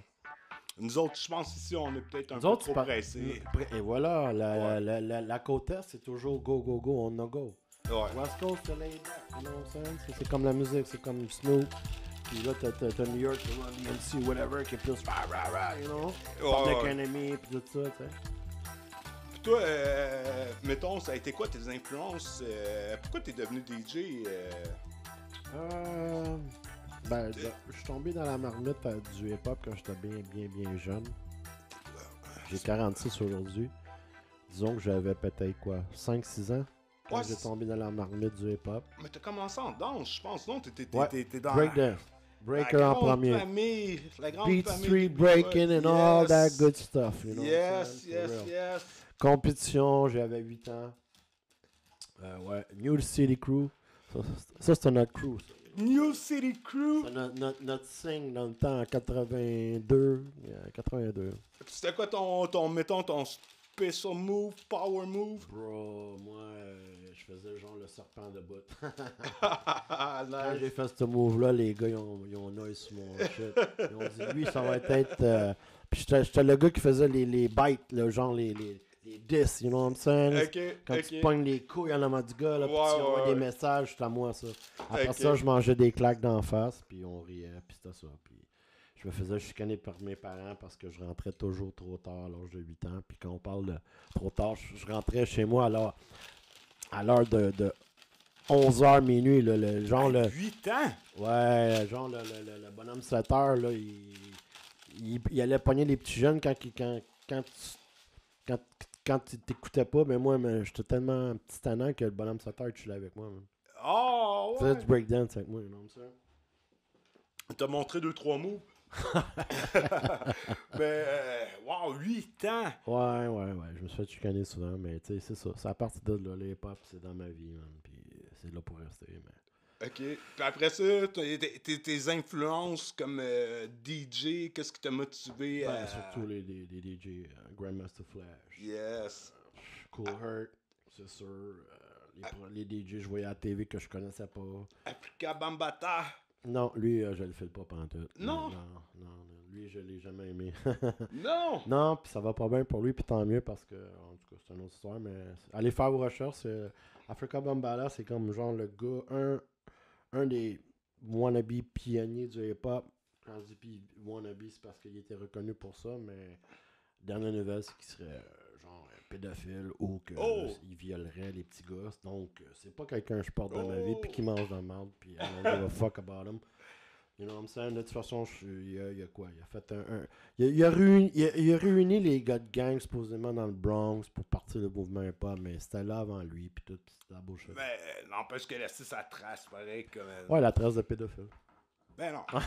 Speaker 1: Nous autres, je pense ici, on est peut-être un
Speaker 2: Nous
Speaker 1: peu
Speaker 2: autres,
Speaker 1: trop
Speaker 2: tu par-
Speaker 1: pressés.
Speaker 2: Pr- Et voilà, la,
Speaker 1: Ouais.
Speaker 2: la, la, la côte est, c'est toujours go, go, go, on no go.
Speaker 1: Ouais.
Speaker 2: West Coast, c'est laid back, you know what I'm saying? C'est- C'est comme la musique, c'est comme Snoop. Puis là, t'as- t'as t'as New York, t'as Run DMC, whatever, qui est plus rah, rah, rah, you know?
Speaker 1: Ouais,
Speaker 2: Public
Speaker 1: ouais.
Speaker 2: Enemy, puis tout ça, tu sais.
Speaker 1: Puis toi, euh, mettons, ça a été quoi tes influences? euh, pourquoi t'es devenu DJ? euh?
Speaker 2: Euh, ben, je je suis tombé dans la marmite euh, du hip-hop quand j'étais bien, bien, bien jeune. J'ai 46 aujourd'hui. Disons que j'avais peut-être quoi, 5-6 ans quand
Speaker 1: Ouais,
Speaker 2: j'ai
Speaker 1: c'est-
Speaker 2: tombé dans la marmite du hip-hop.
Speaker 1: Mais t'as commencé en danse, je pense, non? T'étais t'es-
Speaker 2: Ouais.
Speaker 1: t'es- t'es dans
Speaker 2: Breakdance.
Speaker 1: la
Speaker 2: Breaker en
Speaker 1: grande
Speaker 2: premier.
Speaker 1: famille, la grande
Speaker 2: Beat
Speaker 1: famille
Speaker 2: Street
Speaker 1: du
Speaker 2: Breaking
Speaker 1: hip-hop.
Speaker 2: and all
Speaker 1: Yes.
Speaker 2: that good stuff. You know what I'm
Speaker 1: yes,
Speaker 2: saying? For
Speaker 1: yes,
Speaker 2: real.
Speaker 1: yes.
Speaker 2: Compétition, j'avais 8 ans. Euh, ouais. New City Crew. Ça, c'est- ça, c'était notre crew. ça.
Speaker 1: New City Crew.
Speaker 2: C'était Notre, notre, notre signe dans le temps en 82. euh, 82.
Speaker 1: C'était quoi ton, ton, mettons, ton special move, power move?
Speaker 2: Bro, moi, euh, je faisais genre le serpent de bout. Quand
Speaker 1: Ah, Nice.
Speaker 2: j'ai fait ce move-là, les gars, ils ont, ils ont un œil sur mon shit. Ils ont dit, lui, ça va être. euh, Puis j'étais j'étais le gars qui faisait les, les bites, là, genre les, les, les 10, you know what I'm saying?
Speaker 1: Ok,
Speaker 2: Quand
Speaker 1: ok.
Speaker 2: tu pognes les couilles à l'homme du gars, là, puis
Speaker 1: Ouais,
Speaker 2: tu envoies
Speaker 1: ouais, ouais.
Speaker 2: des messages, c'était à moi ça. Après
Speaker 1: Ok.
Speaker 2: ça, je mangeais des claques d'en face, puis on riait, puis c'était ça. Puis je Je me faisais chicaner par mes parents parce que je rentrais toujours trop tard à l'âge de 8 ans. Puis quand on parle de trop tard, je, je rentrais chez moi à l'heure, à l'heure de, 11h minuit. là, le, genre le,
Speaker 1: 8 ans?
Speaker 2: Ouais, genre le, le- le- le bonhomme sauteur, là, il, il, il allait pogner les petits jeunes quand, il- quand, quand, tu- quand, quand tu t'écoutais pas, mais moi, mais j'étais tellement un petit tannant que le bonhomme sauteur, tu l'avais avec moi. man.
Speaker 1: Oh,
Speaker 2: Il
Speaker 1: ouais.
Speaker 2: faisait du breakdance avec moi, non, mais ça.
Speaker 1: T'as montré deux, trois Ben, mots. Mais, waouh, 8 euh, ans!
Speaker 2: Ouais, ouais, ouais, je me suis fait chicaner souvent, mais tu sais, c'est ça. C'est à partir de là, les pop, c'est dans ma vie, man, puis euh, c'est là pour rester, mais...
Speaker 1: OK. Puis après ça, t'as- t'es- t'es- tes influences comme euh, DJ, qu'est-ce qui t'a motivé à...
Speaker 2: Ben, surtout les, les, les DJ, euh, Grandmaster Flash.
Speaker 1: Yes.
Speaker 2: Cool Hurt, c'est sûr. euh, les, pro- les DJ, je voyais à la TV que je connaissais pas.
Speaker 1: Africa Bambata.
Speaker 2: Non, lui, euh, je le file pas pantoute.
Speaker 1: Non?
Speaker 2: Non, non, non. Lui, je l'ai jamais aimé.
Speaker 1: Non!
Speaker 2: non, puis ça va pas bien pour lui, puis tant mieux parce que, en tout cas, c'est une autre histoire, mais allez faire vos recherches. c'est- euh, Africa Bambala, c'est comme genre le gars, un, un des wannabe pionniers du hip-hop. Quand je dis pi- wannabe, c'est parce qu'il était reconnu pour ça, mais dernière nouvelle, c'est qu'il serait euh, genre un pédophile ou qu'il
Speaker 1: Oh!
Speaker 2: violerait les petits gosses. Donc, euh, c'est pas quelqu'un que je porte dans ma vie,
Speaker 1: Oh!
Speaker 2: puis qui mange de la merde, puis I don't give a fuck about him. You know what I'm saying? De toute façon, je suis- il y a, il y a quoi? Il a fait un. un- il, a, il a réuni, il, a, il a réuni les gars de gang supposément dans le Bronx pour partir le mouvement hip-hop, mais c'était là avant lui, puis tout, puis c'était la bullshit.
Speaker 1: Mais euh, n'empêche qu'elle a laissé sa trace, pareil, comme... euh,
Speaker 2: Ouais, la trace de pédophile.
Speaker 1: Ben non!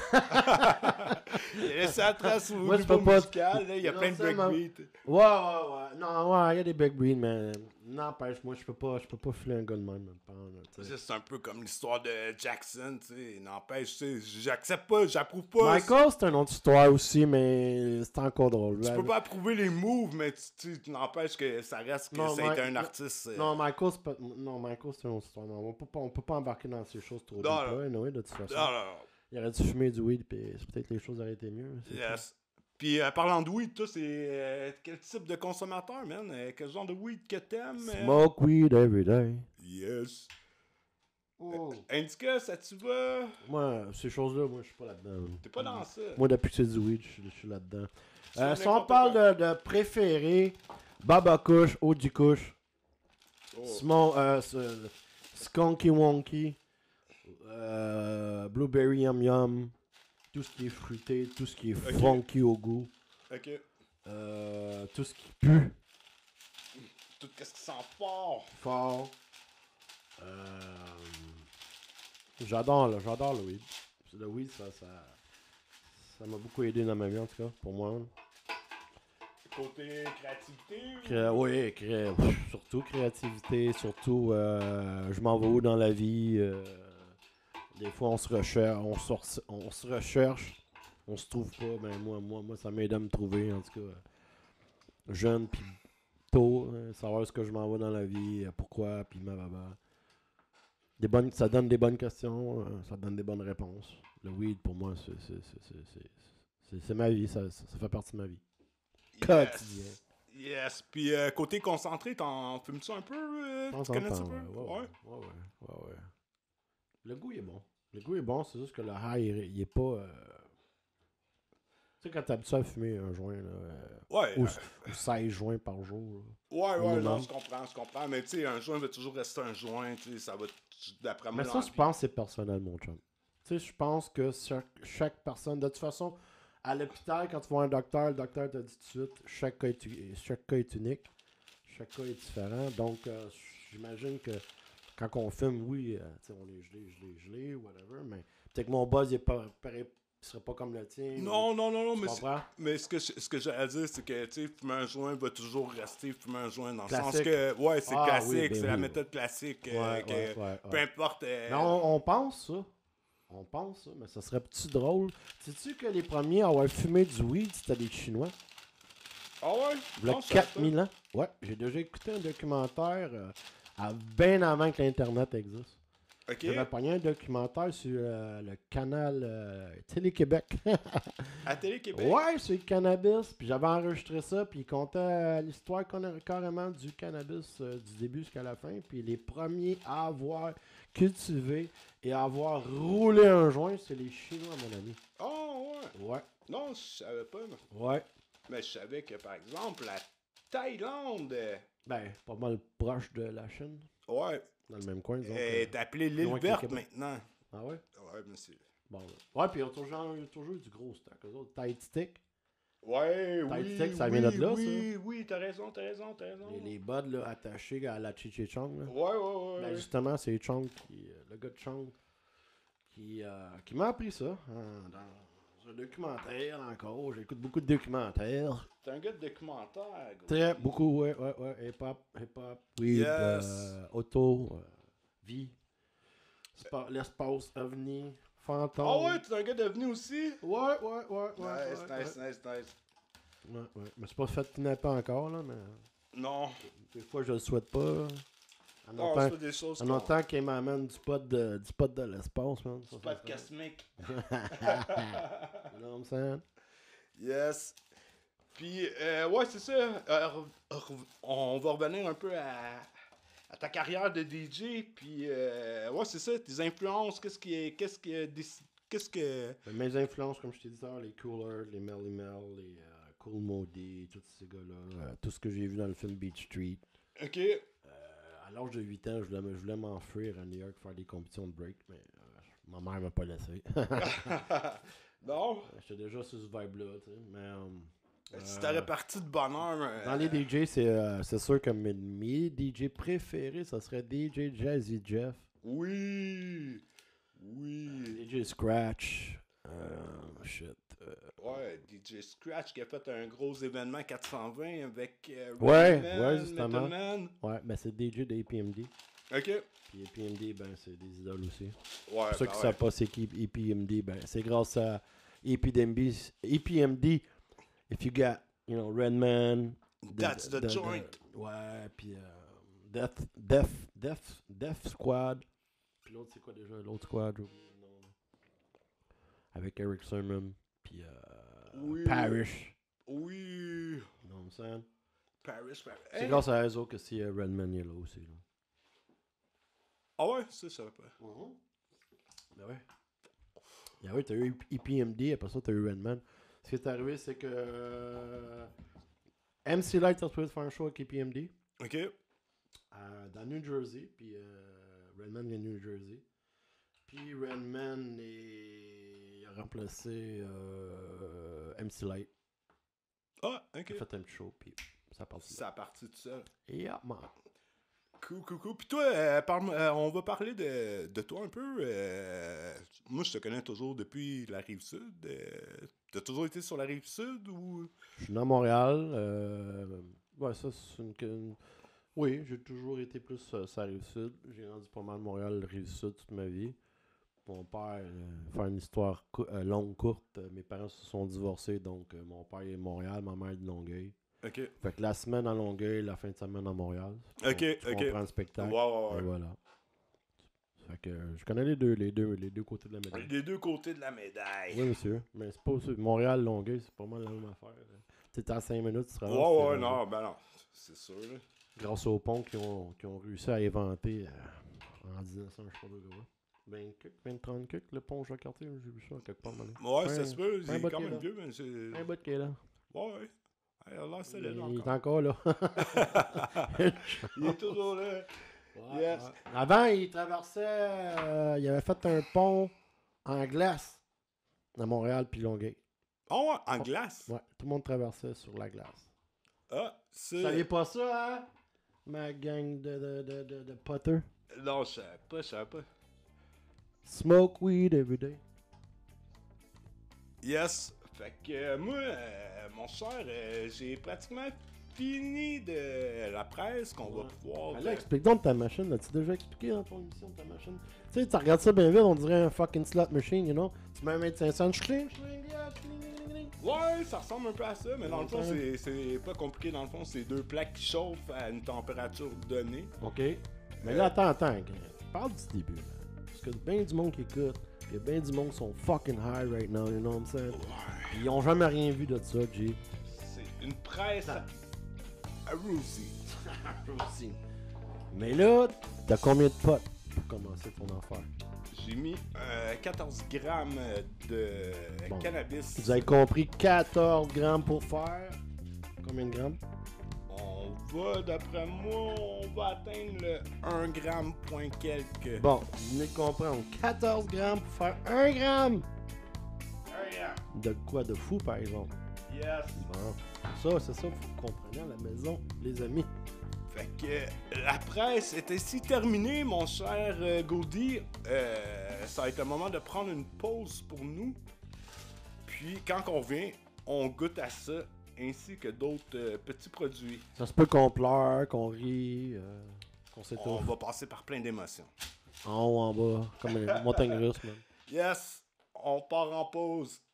Speaker 1: il a laissé sa trace au
Speaker 2: Moi, je
Speaker 1: niveau
Speaker 2: peux pas-
Speaker 1: musical, là, il y a
Speaker 2: Non,
Speaker 1: plein de
Speaker 2: ça, ma-
Speaker 1: breakbeats.
Speaker 2: Ouais, ouais, ouais. Non, ouais, il y a des big breed, mais n'empêche, moi, je peux pas, je peux pas filer un gars de même, me prendre, tu sais.
Speaker 1: Ça, C'est un peu comme l'histoire de Jackson, tu sais. N'empêche, tu sais, j'accepte pas, j'approuve pas.
Speaker 2: Michael, c'est une autre histoire aussi, mais c'est encore drôle.
Speaker 1: Tu
Speaker 2: Ouais,
Speaker 1: peux pas approuver les moves, mais tu, tu- tu n'empêches que ça reste que
Speaker 2: Non,
Speaker 1: c'est
Speaker 2: Mike-
Speaker 1: un artiste. euh,
Speaker 2: Non, Michael, c'est pas... non, Michael, c'est une autre histoire. Non, on, peut pas, on peut pas embarquer dans ces choses trop deep,
Speaker 1: Non, non.
Speaker 2: là, anyway, de toute façon.
Speaker 1: non, non, non.
Speaker 2: Il aurait dû fumer du weed, puis c'est peut-être que les choses auraient été mieux. c'est ça.
Speaker 1: Yes. Puis euh, parlant de weed, toi, c'est euh, quel type de consommateur, man? Euh, quel genre de weed que t'aimes? euh?
Speaker 2: Smoke weed every day.
Speaker 1: Yes.
Speaker 2: Oh.
Speaker 1: Indica, ça tu va?
Speaker 2: Moi, ces choses-là, moi, je suis pas là-dedans.
Speaker 1: T'es pas dans ça.
Speaker 2: Moi, depuis que c'est du weed, je je suis là-dedans. Euh,
Speaker 1: veux
Speaker 2: si on
Speaker 1: n'importe
Speaker 2: parle de, de préféré, Baba Kush, Oji Kush,
Speaker 1: Oh.
Speaker 2: Small, euh, ce- Skunky Wonky, euh, Blueberry Yum Yum, tout ce qui est fruité, tout ce qui est funky au goût,
Speaker 1: Ok.
Speaker 2: euh, tout ce qui pue
Speaker 1: Tout qu'est-ce qui sent fort.
Speaker 2: fort. Euh, j'adore, là, j'adore le weed. Le weed, ça, ça, ça m'a beaucoup aidé dans ma vie, en tout cas, pour moi.
Speaker 1: Côté créativité. ou-
Speaker 2: Cré- Oui, cré- pff, surtout créativité, surtout euh, je m'en vais où dans la vie. euh, des fois, on se recherche, on, se re- on se recherche, on se trouve pas. Ben moi, moi, moi, ça m'aide à me trouver, en tout cas, euh, jeune puis tôt, hein, savoir ce que je m'en vais dans la vie, euh, pourquoi, puis ma baba. Des bonnes, ça donne des bonnes questions, euh, ça donne des bonnes réponses. Le weed, pour moi, c'est- c'est- c'est- c'est- c'est- c'est c'est ma vie, ça, ça ça fait partie de ma vie. Quotidien.
Speaker 1: Yes. Yes. Puis euh, côté concentré, t'en fumes-tu un peu? euh,
Speaker 2: temps
Speaker 1: tu
Speaker 2: en
Speaker 1: connais ça
Speaker 2: temps,
Speaker 1: un peu?
Speaker 2: ouais, ouais, ouais, ouais, ouais, ouais. Le goût, il est bon. Le goût est bon, c'est juste que le high, il, est- il est pas... euh, Tu sais, quand t'es habitué à fumer un joint, là, euh,
Speaker 1: Ouais.
Speaker 2: ou,
Speaker 1: euh,
Speaker 2: ou 16 joints par jour, là.
Speaker 1: Ouais,
Speaker 2: Au
Speaker 1: ouais, non,
Speaker 2: moment.
Speaker 1: je comprends, je comprends. Mais tu sais, un joint va toujours rester un joint, tu sais, ça va, tu- d'après moi,
Speaker 2: Mais
Speaker 1: dans
Speaker 2: ça,
Speaker 1: la
Speaker 2: je
Speaker 1: vie.
Speaker 2: pense que c'est personnel, mon chum. Tu sais, je pense que chaque, chaque personne... De toute façon, à l'hôpital, quand tu vois un docteur, le docteur te dit tout de suite, chaque cas est, u- chaque cas est unique, chaque cas est différent. Donc, euh, j'imagine que quand on fume, oui, euh, tu sais, on est gelé, gelé, gelé, whatever, mais peut-être que mon buzz, il est pas, pareil, il serait pas comme le tien.
Speaker 1: Non,
Speaker 2: ou-
Speaker 1: non, non, non,
Speaker 2: Tu
Speaker 1: mais,
Speaker 2: comprends?
Speaker 1: c'est- mais ce que, je- ce que j'ai à dire, c'est que, tu sais, fumer un joint va toujours rester fumer un joint, dans le sens
Speaker 2: Classique.
Speaker 1: que, ouais, c'est
Speaker 2: Ah, oui,
Speaker 1: classique,
Speaker 2: ben
Speaker 1: c'est la
Speaker 2: oui.
Speaker 1: méthode classique, euh,
Speaker 2: Ouais,
Speaker 1: que
Speaker 2: ouais, ouais,
Speaker 1: peu
Speaker 2: ouais.
Speaker 1: importe... euh,
Speaker 2: Mais on, on pense ça. On pense ça, mais ça serait petit drôle. Sais-tu que les premiers à avoir fumé du weed, c'était des Chinois?
Speaker 1: Ah ouais?
Speaker 2: V'là
Speaker 1: Non, je savais pas.
Speaker 2: 4000 ans. Ouais, j'ai déjà écouté un documentaire euh, à bien avant que l'Internet existe.
Speaker 1: OK.
Speaker 2: J'avais pogné un documentaire sur euh, le canal euh, Télé-Québec.
Speaker 1: À Télé-Québec?
Speaker 2: ouais, sur le cannabis. Puis j'avais enregistré ça, puis il comptait euh, l'histoire qu'on a carrément du cannabis euh, du début jusqu'à la fin. Puis les premiers à avoir cultivé et à avoir roulé un joint, c'est les Chinois, mon ami.
Speaker 1: Oh, ouais.
Speaker 2: Ouais,
Speaker 1: Non, je savais pas. non.
Speaker 2: Ouais.
Speaker 1: Mais je savais que, par exemple, la Thaïlande, euh,
Speaker 2: Ben, pas mal proche de la Chine.
Speaker 1: ouais,
Speaker 2: Dans le même coin, disons.
Speaker 1: est
Speaker 2: que-
Speaker 1: appelée l'île
Speaker 2: loin que le
Speaker 1: verte
Speaker 2: Québec.
Speaker 1: maintenant.
Speaker 2: Ah ouais?
Speaker 1: Ouais, mais c'est-
Speaker 2: Bon. Ouais, puis ils ont toujours, ils ont toujours eu du gros stock. Eux autres, Tight Stick.
Speaker 1: Ouais,
Speaker 2: Tight
Speaker 1: oui,
Speaker 2: Stick, ça
Speaker 1: oui,
Speaker 2: vient de là,
Speaker 1: oui, oui, t'as raison, t'as raison, t'as raison.
Speaker 2: Les, les buds, là, attachés à la Chi Chi Chong, là.
Speaker 1: Ouais, ouais, ouais.
Speaker 2: Ben, justement, c'est Chong qui. euh, Le gars de Chong qui, euh, qui m'a appris ça hein, dans un documentaire encore. J'écoute beaucoup de documentaires.
Speaker 1: T'es un gars de documentaire, gros.
Speaker 2: Très beaucoup, ouais, ouais, ouais. Hip-hop, hip-hop, weed,
Speaker 1: Yes.
Speaker 2: euh, auto, euh, vie, spa- l'espace, ovni, fantôme.
Speaker 1: Ah ouais, t'es un gars devenu aussi?
Speaker 2: Ouais, ouais, ouais, ouais.
Speaker 1: Nice,
Speaker 2: ouais,
Speaker 1: nice, nice, nice.
Speaker 2: ouais, ouais, ouais. Mais c'est pas fait kidnapper encore, là, mais
Speaker 1: Non,
Speaker 2: des fois, je le souhaite pas. là. En
Speaker 1: non
Speaker 2: entend-
Speaker 1: Ah, c'est pas des choses
Speaker 2: en
Speaker 1: qu'on-
Speaker 2: entend qu'il m'amène du pot de, du pot de l'espace, man. Ça,
Speaker 1: Pas
Speaker 2: ça-
Speaker 1: de cosmique.
Speaker 2: You know what I'm saying?
Speaker 1: Yes. Puis, euh, ouais, c'est ça. Euh, re- re- on va revenir un peu à, à ta carrière de DJ. Puis, euh, ouais, c'est ça, tes influences. Qu'est-ce qui est. Qu'est-ce que. déc- Qu'est-ce que.
Speaker 2: Ben, mes influences, comme je t'ai dit tout à l'heure, les Coolers, les Melly Mel, les euh, Cool Maudit, tous ces gars-là, euh, tout ce que j'ai vu dans le film Beach Street.
Speaker 1: Ok.
Speaker 2: Euh, à l'âge de 8 ans, je voulais, me- je voulais m'enfuir à New York faire des compétitions de break, mais euh, ma mère m'a pas laissé.
Speaker 1: Non.
Speaker 2: J'étais déjà sur ce vibe-là, tu sais, mais... euh,
Speaker 1: Si t'aurais parti de bonheur. euh,
Speaker 2: dans les DJ, c'est euh, c'est sûr que mes, mes DJ préférés, ça serait DJ Jazzy Jeff,
Speaker 1: Oui. Oui.
Speaker 2: DJ Scratch, euh, shit, euh,
Speaker 1: Ouais, DJ Scratch qui a fait un gros événement 420 avec. euh,
Speaker 2: Ouais,
Speaker 1: Rayman,
Speaker 2: ouais, justement.
Speaker 1: Method Man.
Speaker 2: ouais, ben c'est DJ des PMD.
Speaker 1: Ok.
Speaker 2: Puis EPMD, ben, c'est des idoles aussi.
Speaker 1: Ouais,
Speaker 2: Pour ceux
Speaker 1: bah
Speaker 2: qui
Speaker 1: ouais.
Speaker 2: savent pas c'est qui EPMD, ben, c'est grâce à EPMD. EPMD, if you got, you know, Redman.
Speaker 1: That's the joint.
Speaker 2: ouais, puis euh, Death, Death, Death, Death Squad. Puis l'autre, c'est quoi déjà? L'autre squad? j'ai oublié le nom, là. Avec Eric Sermon, puis euh,
Speaker 1: Oui.
Speaker 2: Parrish.
Speaker 1: Oui.
Speaker 2: You know what I'm saying?
Speaker 1: Paris, Paris.
Speaker 2: C'est
Speaker 1: Hey.
Speaker 2: grâce à eux autres que c'est euh, Redman est là aussi. Là.
Speaker 1: Ah ouais, ça, ça va pas.
Speaker 2: Ben ouais. Ben ouais, t'as eu EPMD, après ça, t'as eu Redman. Ce qui est arrivé, c'est que. euh, MC Light a supposé faire un show avec E EPMD
Speaker 1: Ok.
Speaker 2: euh, dans New Jersey, puis euh, Redman vient de New Jersey. Puis Redman est... il a remplacé euh, MC Light.
Speaker 1: Ah,
Speaker 2: Il
Speaker 1: ok.
Speaker 2: a fait un petit show, puis ça part de là.
Speaker 1: Ça a parti tout seul.
Speaker 2: Yeah, man.
Speaker 1: Cool, cool, cool. Puis toi, euh, parle- euh, on va parler de, de toi un peu. euh, moi, je te connais toujours depuis la rive sud. euh, T'as toujours été sur la rive sud ou.
Speaker 2: Je suis né à Montréal. euh, ouais, ça, c'est une, une- Oui, j'ai toujours été plus euh, sur la rive sud. J'ai rendu pas mal Montréal, rive sud toute ma vie. Mon père, euh, faire une histoire cou- euh, longue, courte, euh, mes parents se sont divorcés, donc euh, mon père est de Montréal, ma mère est de Longueuil.
Speaker 1: Ok.
Speaker 2: Fait que la semaine à Longueuil, la fin de semaine à Montréal.
Speaker 1: Ok,
Speaker 2: On,
Speaker 1: ok.
Speaker 2: prend le spectacle.
Speaker 1: Wow, ouais,
Speaker 2: Et
Speaker 1: ouais.
Speaker 2: voilà. Fait que euh, je connais les deux, les deux, les deux côtés de la médaille.
Speaker 1: Les deux côtés de la médaille.
Speaker 2: Oui, monsieur. Mais c'est pas aussi. Montréal, Longueuil, c'est pas mal la même affaire. Tu à 5 minutes, tu
Speaker 1: Ouais,
Speaker 2: traverses.
Speaker 1: ouais,
Speaker 2: t'es rendu.
Speaker 1: non, ben non. C'est sûr. là.
Speaker 2: Grâce au pont qu'ils ont, qu'ils ont réussi à inventer euh, en 1900, je sais pas trop quoi. 20 cucs, 20, 30 cucs, le pont Jacques-Cartier, j'ai vu ça quelque part. Mané.
Speaker 1: Ouais,
Speaker 2: Ouais,
Speaker 1: ça se peut.
Speaker 2: un
Speaker 1: C'est
Speaker 2: bot
Speaker 1: quand
Speaker 2: qui est
Speaker 1: même
Speaker 2: là.
Speaker 1: vieux, mais c'est.
Speaker 2: Un bout qui est là.
Speaker 1: Ouais, ouais. Hey, Allah, c'est
Speaker 2: Il
Speaker 1: là
Speaker 2: est
Speaker 1: encore.
Speaker 2: encore là.
Speaker 1: Il est toujours là.
Speaker 2: Ouais,
Speaker 1: Yes.
Speaker 2: ouais. Avant, il traversait. euh, il avait fait un pont en glace à Montréal puis Longueuil.
Speaker 1: Oh, ouais, en glace.
Speaker 2: Ouais, tout le monde traversait sur la glace.
Speaker 1: Ah,
Speaker 2: Vous saviez
Speaker 1: c'est.
Speaker 2: pas ça, hein? Ma gang de, de, de, de, de poteux.
Speaker 1: Non, je savais pas, je savais pas.
Speaker 2: Smoke weed every day.
Speaker 1: Yes. Fait que euh, moi, euh, mon cher, euh, j'ai pratiquement fini de la presse qu'on va pouvoir.
Speaker 2: Ben là,
Speaker 1: euh,
Speaker 2: explique donc ta machine. As-tu déjà expliqué dans ton émission ta machine? Tu sais, tu regardes ça bien vite, on dirait un fucking slot machine, you know? Tu mets un 25 cents, chling, chling, yeah, chling, chling, chling.
Speaker 1: Ouais, ça ressemble un peu à ça, mais dans le fond,
Speaker 2: Ouais.
Speaker 1: c'est- c'est pas compliqué. Dans le fond, c'est deux plaques qui chauffent à une température donnée.
Speaker 2: Ok. Mais là, attends, attends. gars. Parle du début, là. Parce que bien du monde qui écoute, il y a bien du monde qui sont fucking high right now, you know what I'm saying? Puis Ils ont jamais rien vu de ça, G.
Speaker 1: C'est une presse à, à Rosie.
Speaker 2: Mais là, t'as combien de potes pour commencer ton affaire?
Speaker 1: J'ai mis euh, 14 grammes de
Speaker 2: Bon.
Speaker 1: cannabis.
Speaker 2: Vous avez compris, 14 grammes pour faire. Combien de grammes
Speaker 1: On va, d'après moi, on va atteindre le 1 gramme point quelque.
Speaker 2: Bon, vous venez de comprendre. 14 grammes pour faire 1 gramme
Speaker 1: Un gramme.
Speaker 2: De quoi de fou, par exemple
Speaker 1: Yes.
Speaker 2: Bon, ça, c'est ça, vous comprenez à la maison, les amis.
Speaker 1: Fait que euh, la presse est ainsi terminée, mon cher euh, Gaudi. Euh, ça va être le moment de prendre une pause pour nous. Puis quand on revient, on goûte à ça ainsi que d'autres euh, petits produits.
Speaker 2: Ça se peut qu'on pleure, qu'on rit, euh, qu'on
Speaker 1: On
Speaker 2: s'étouffe
Speaker 1: va passer par plein d'émotions.
Speaker 2: en haut, en bas, comme une montagne russe, même.
Speaker 1: Yes, on part en pause.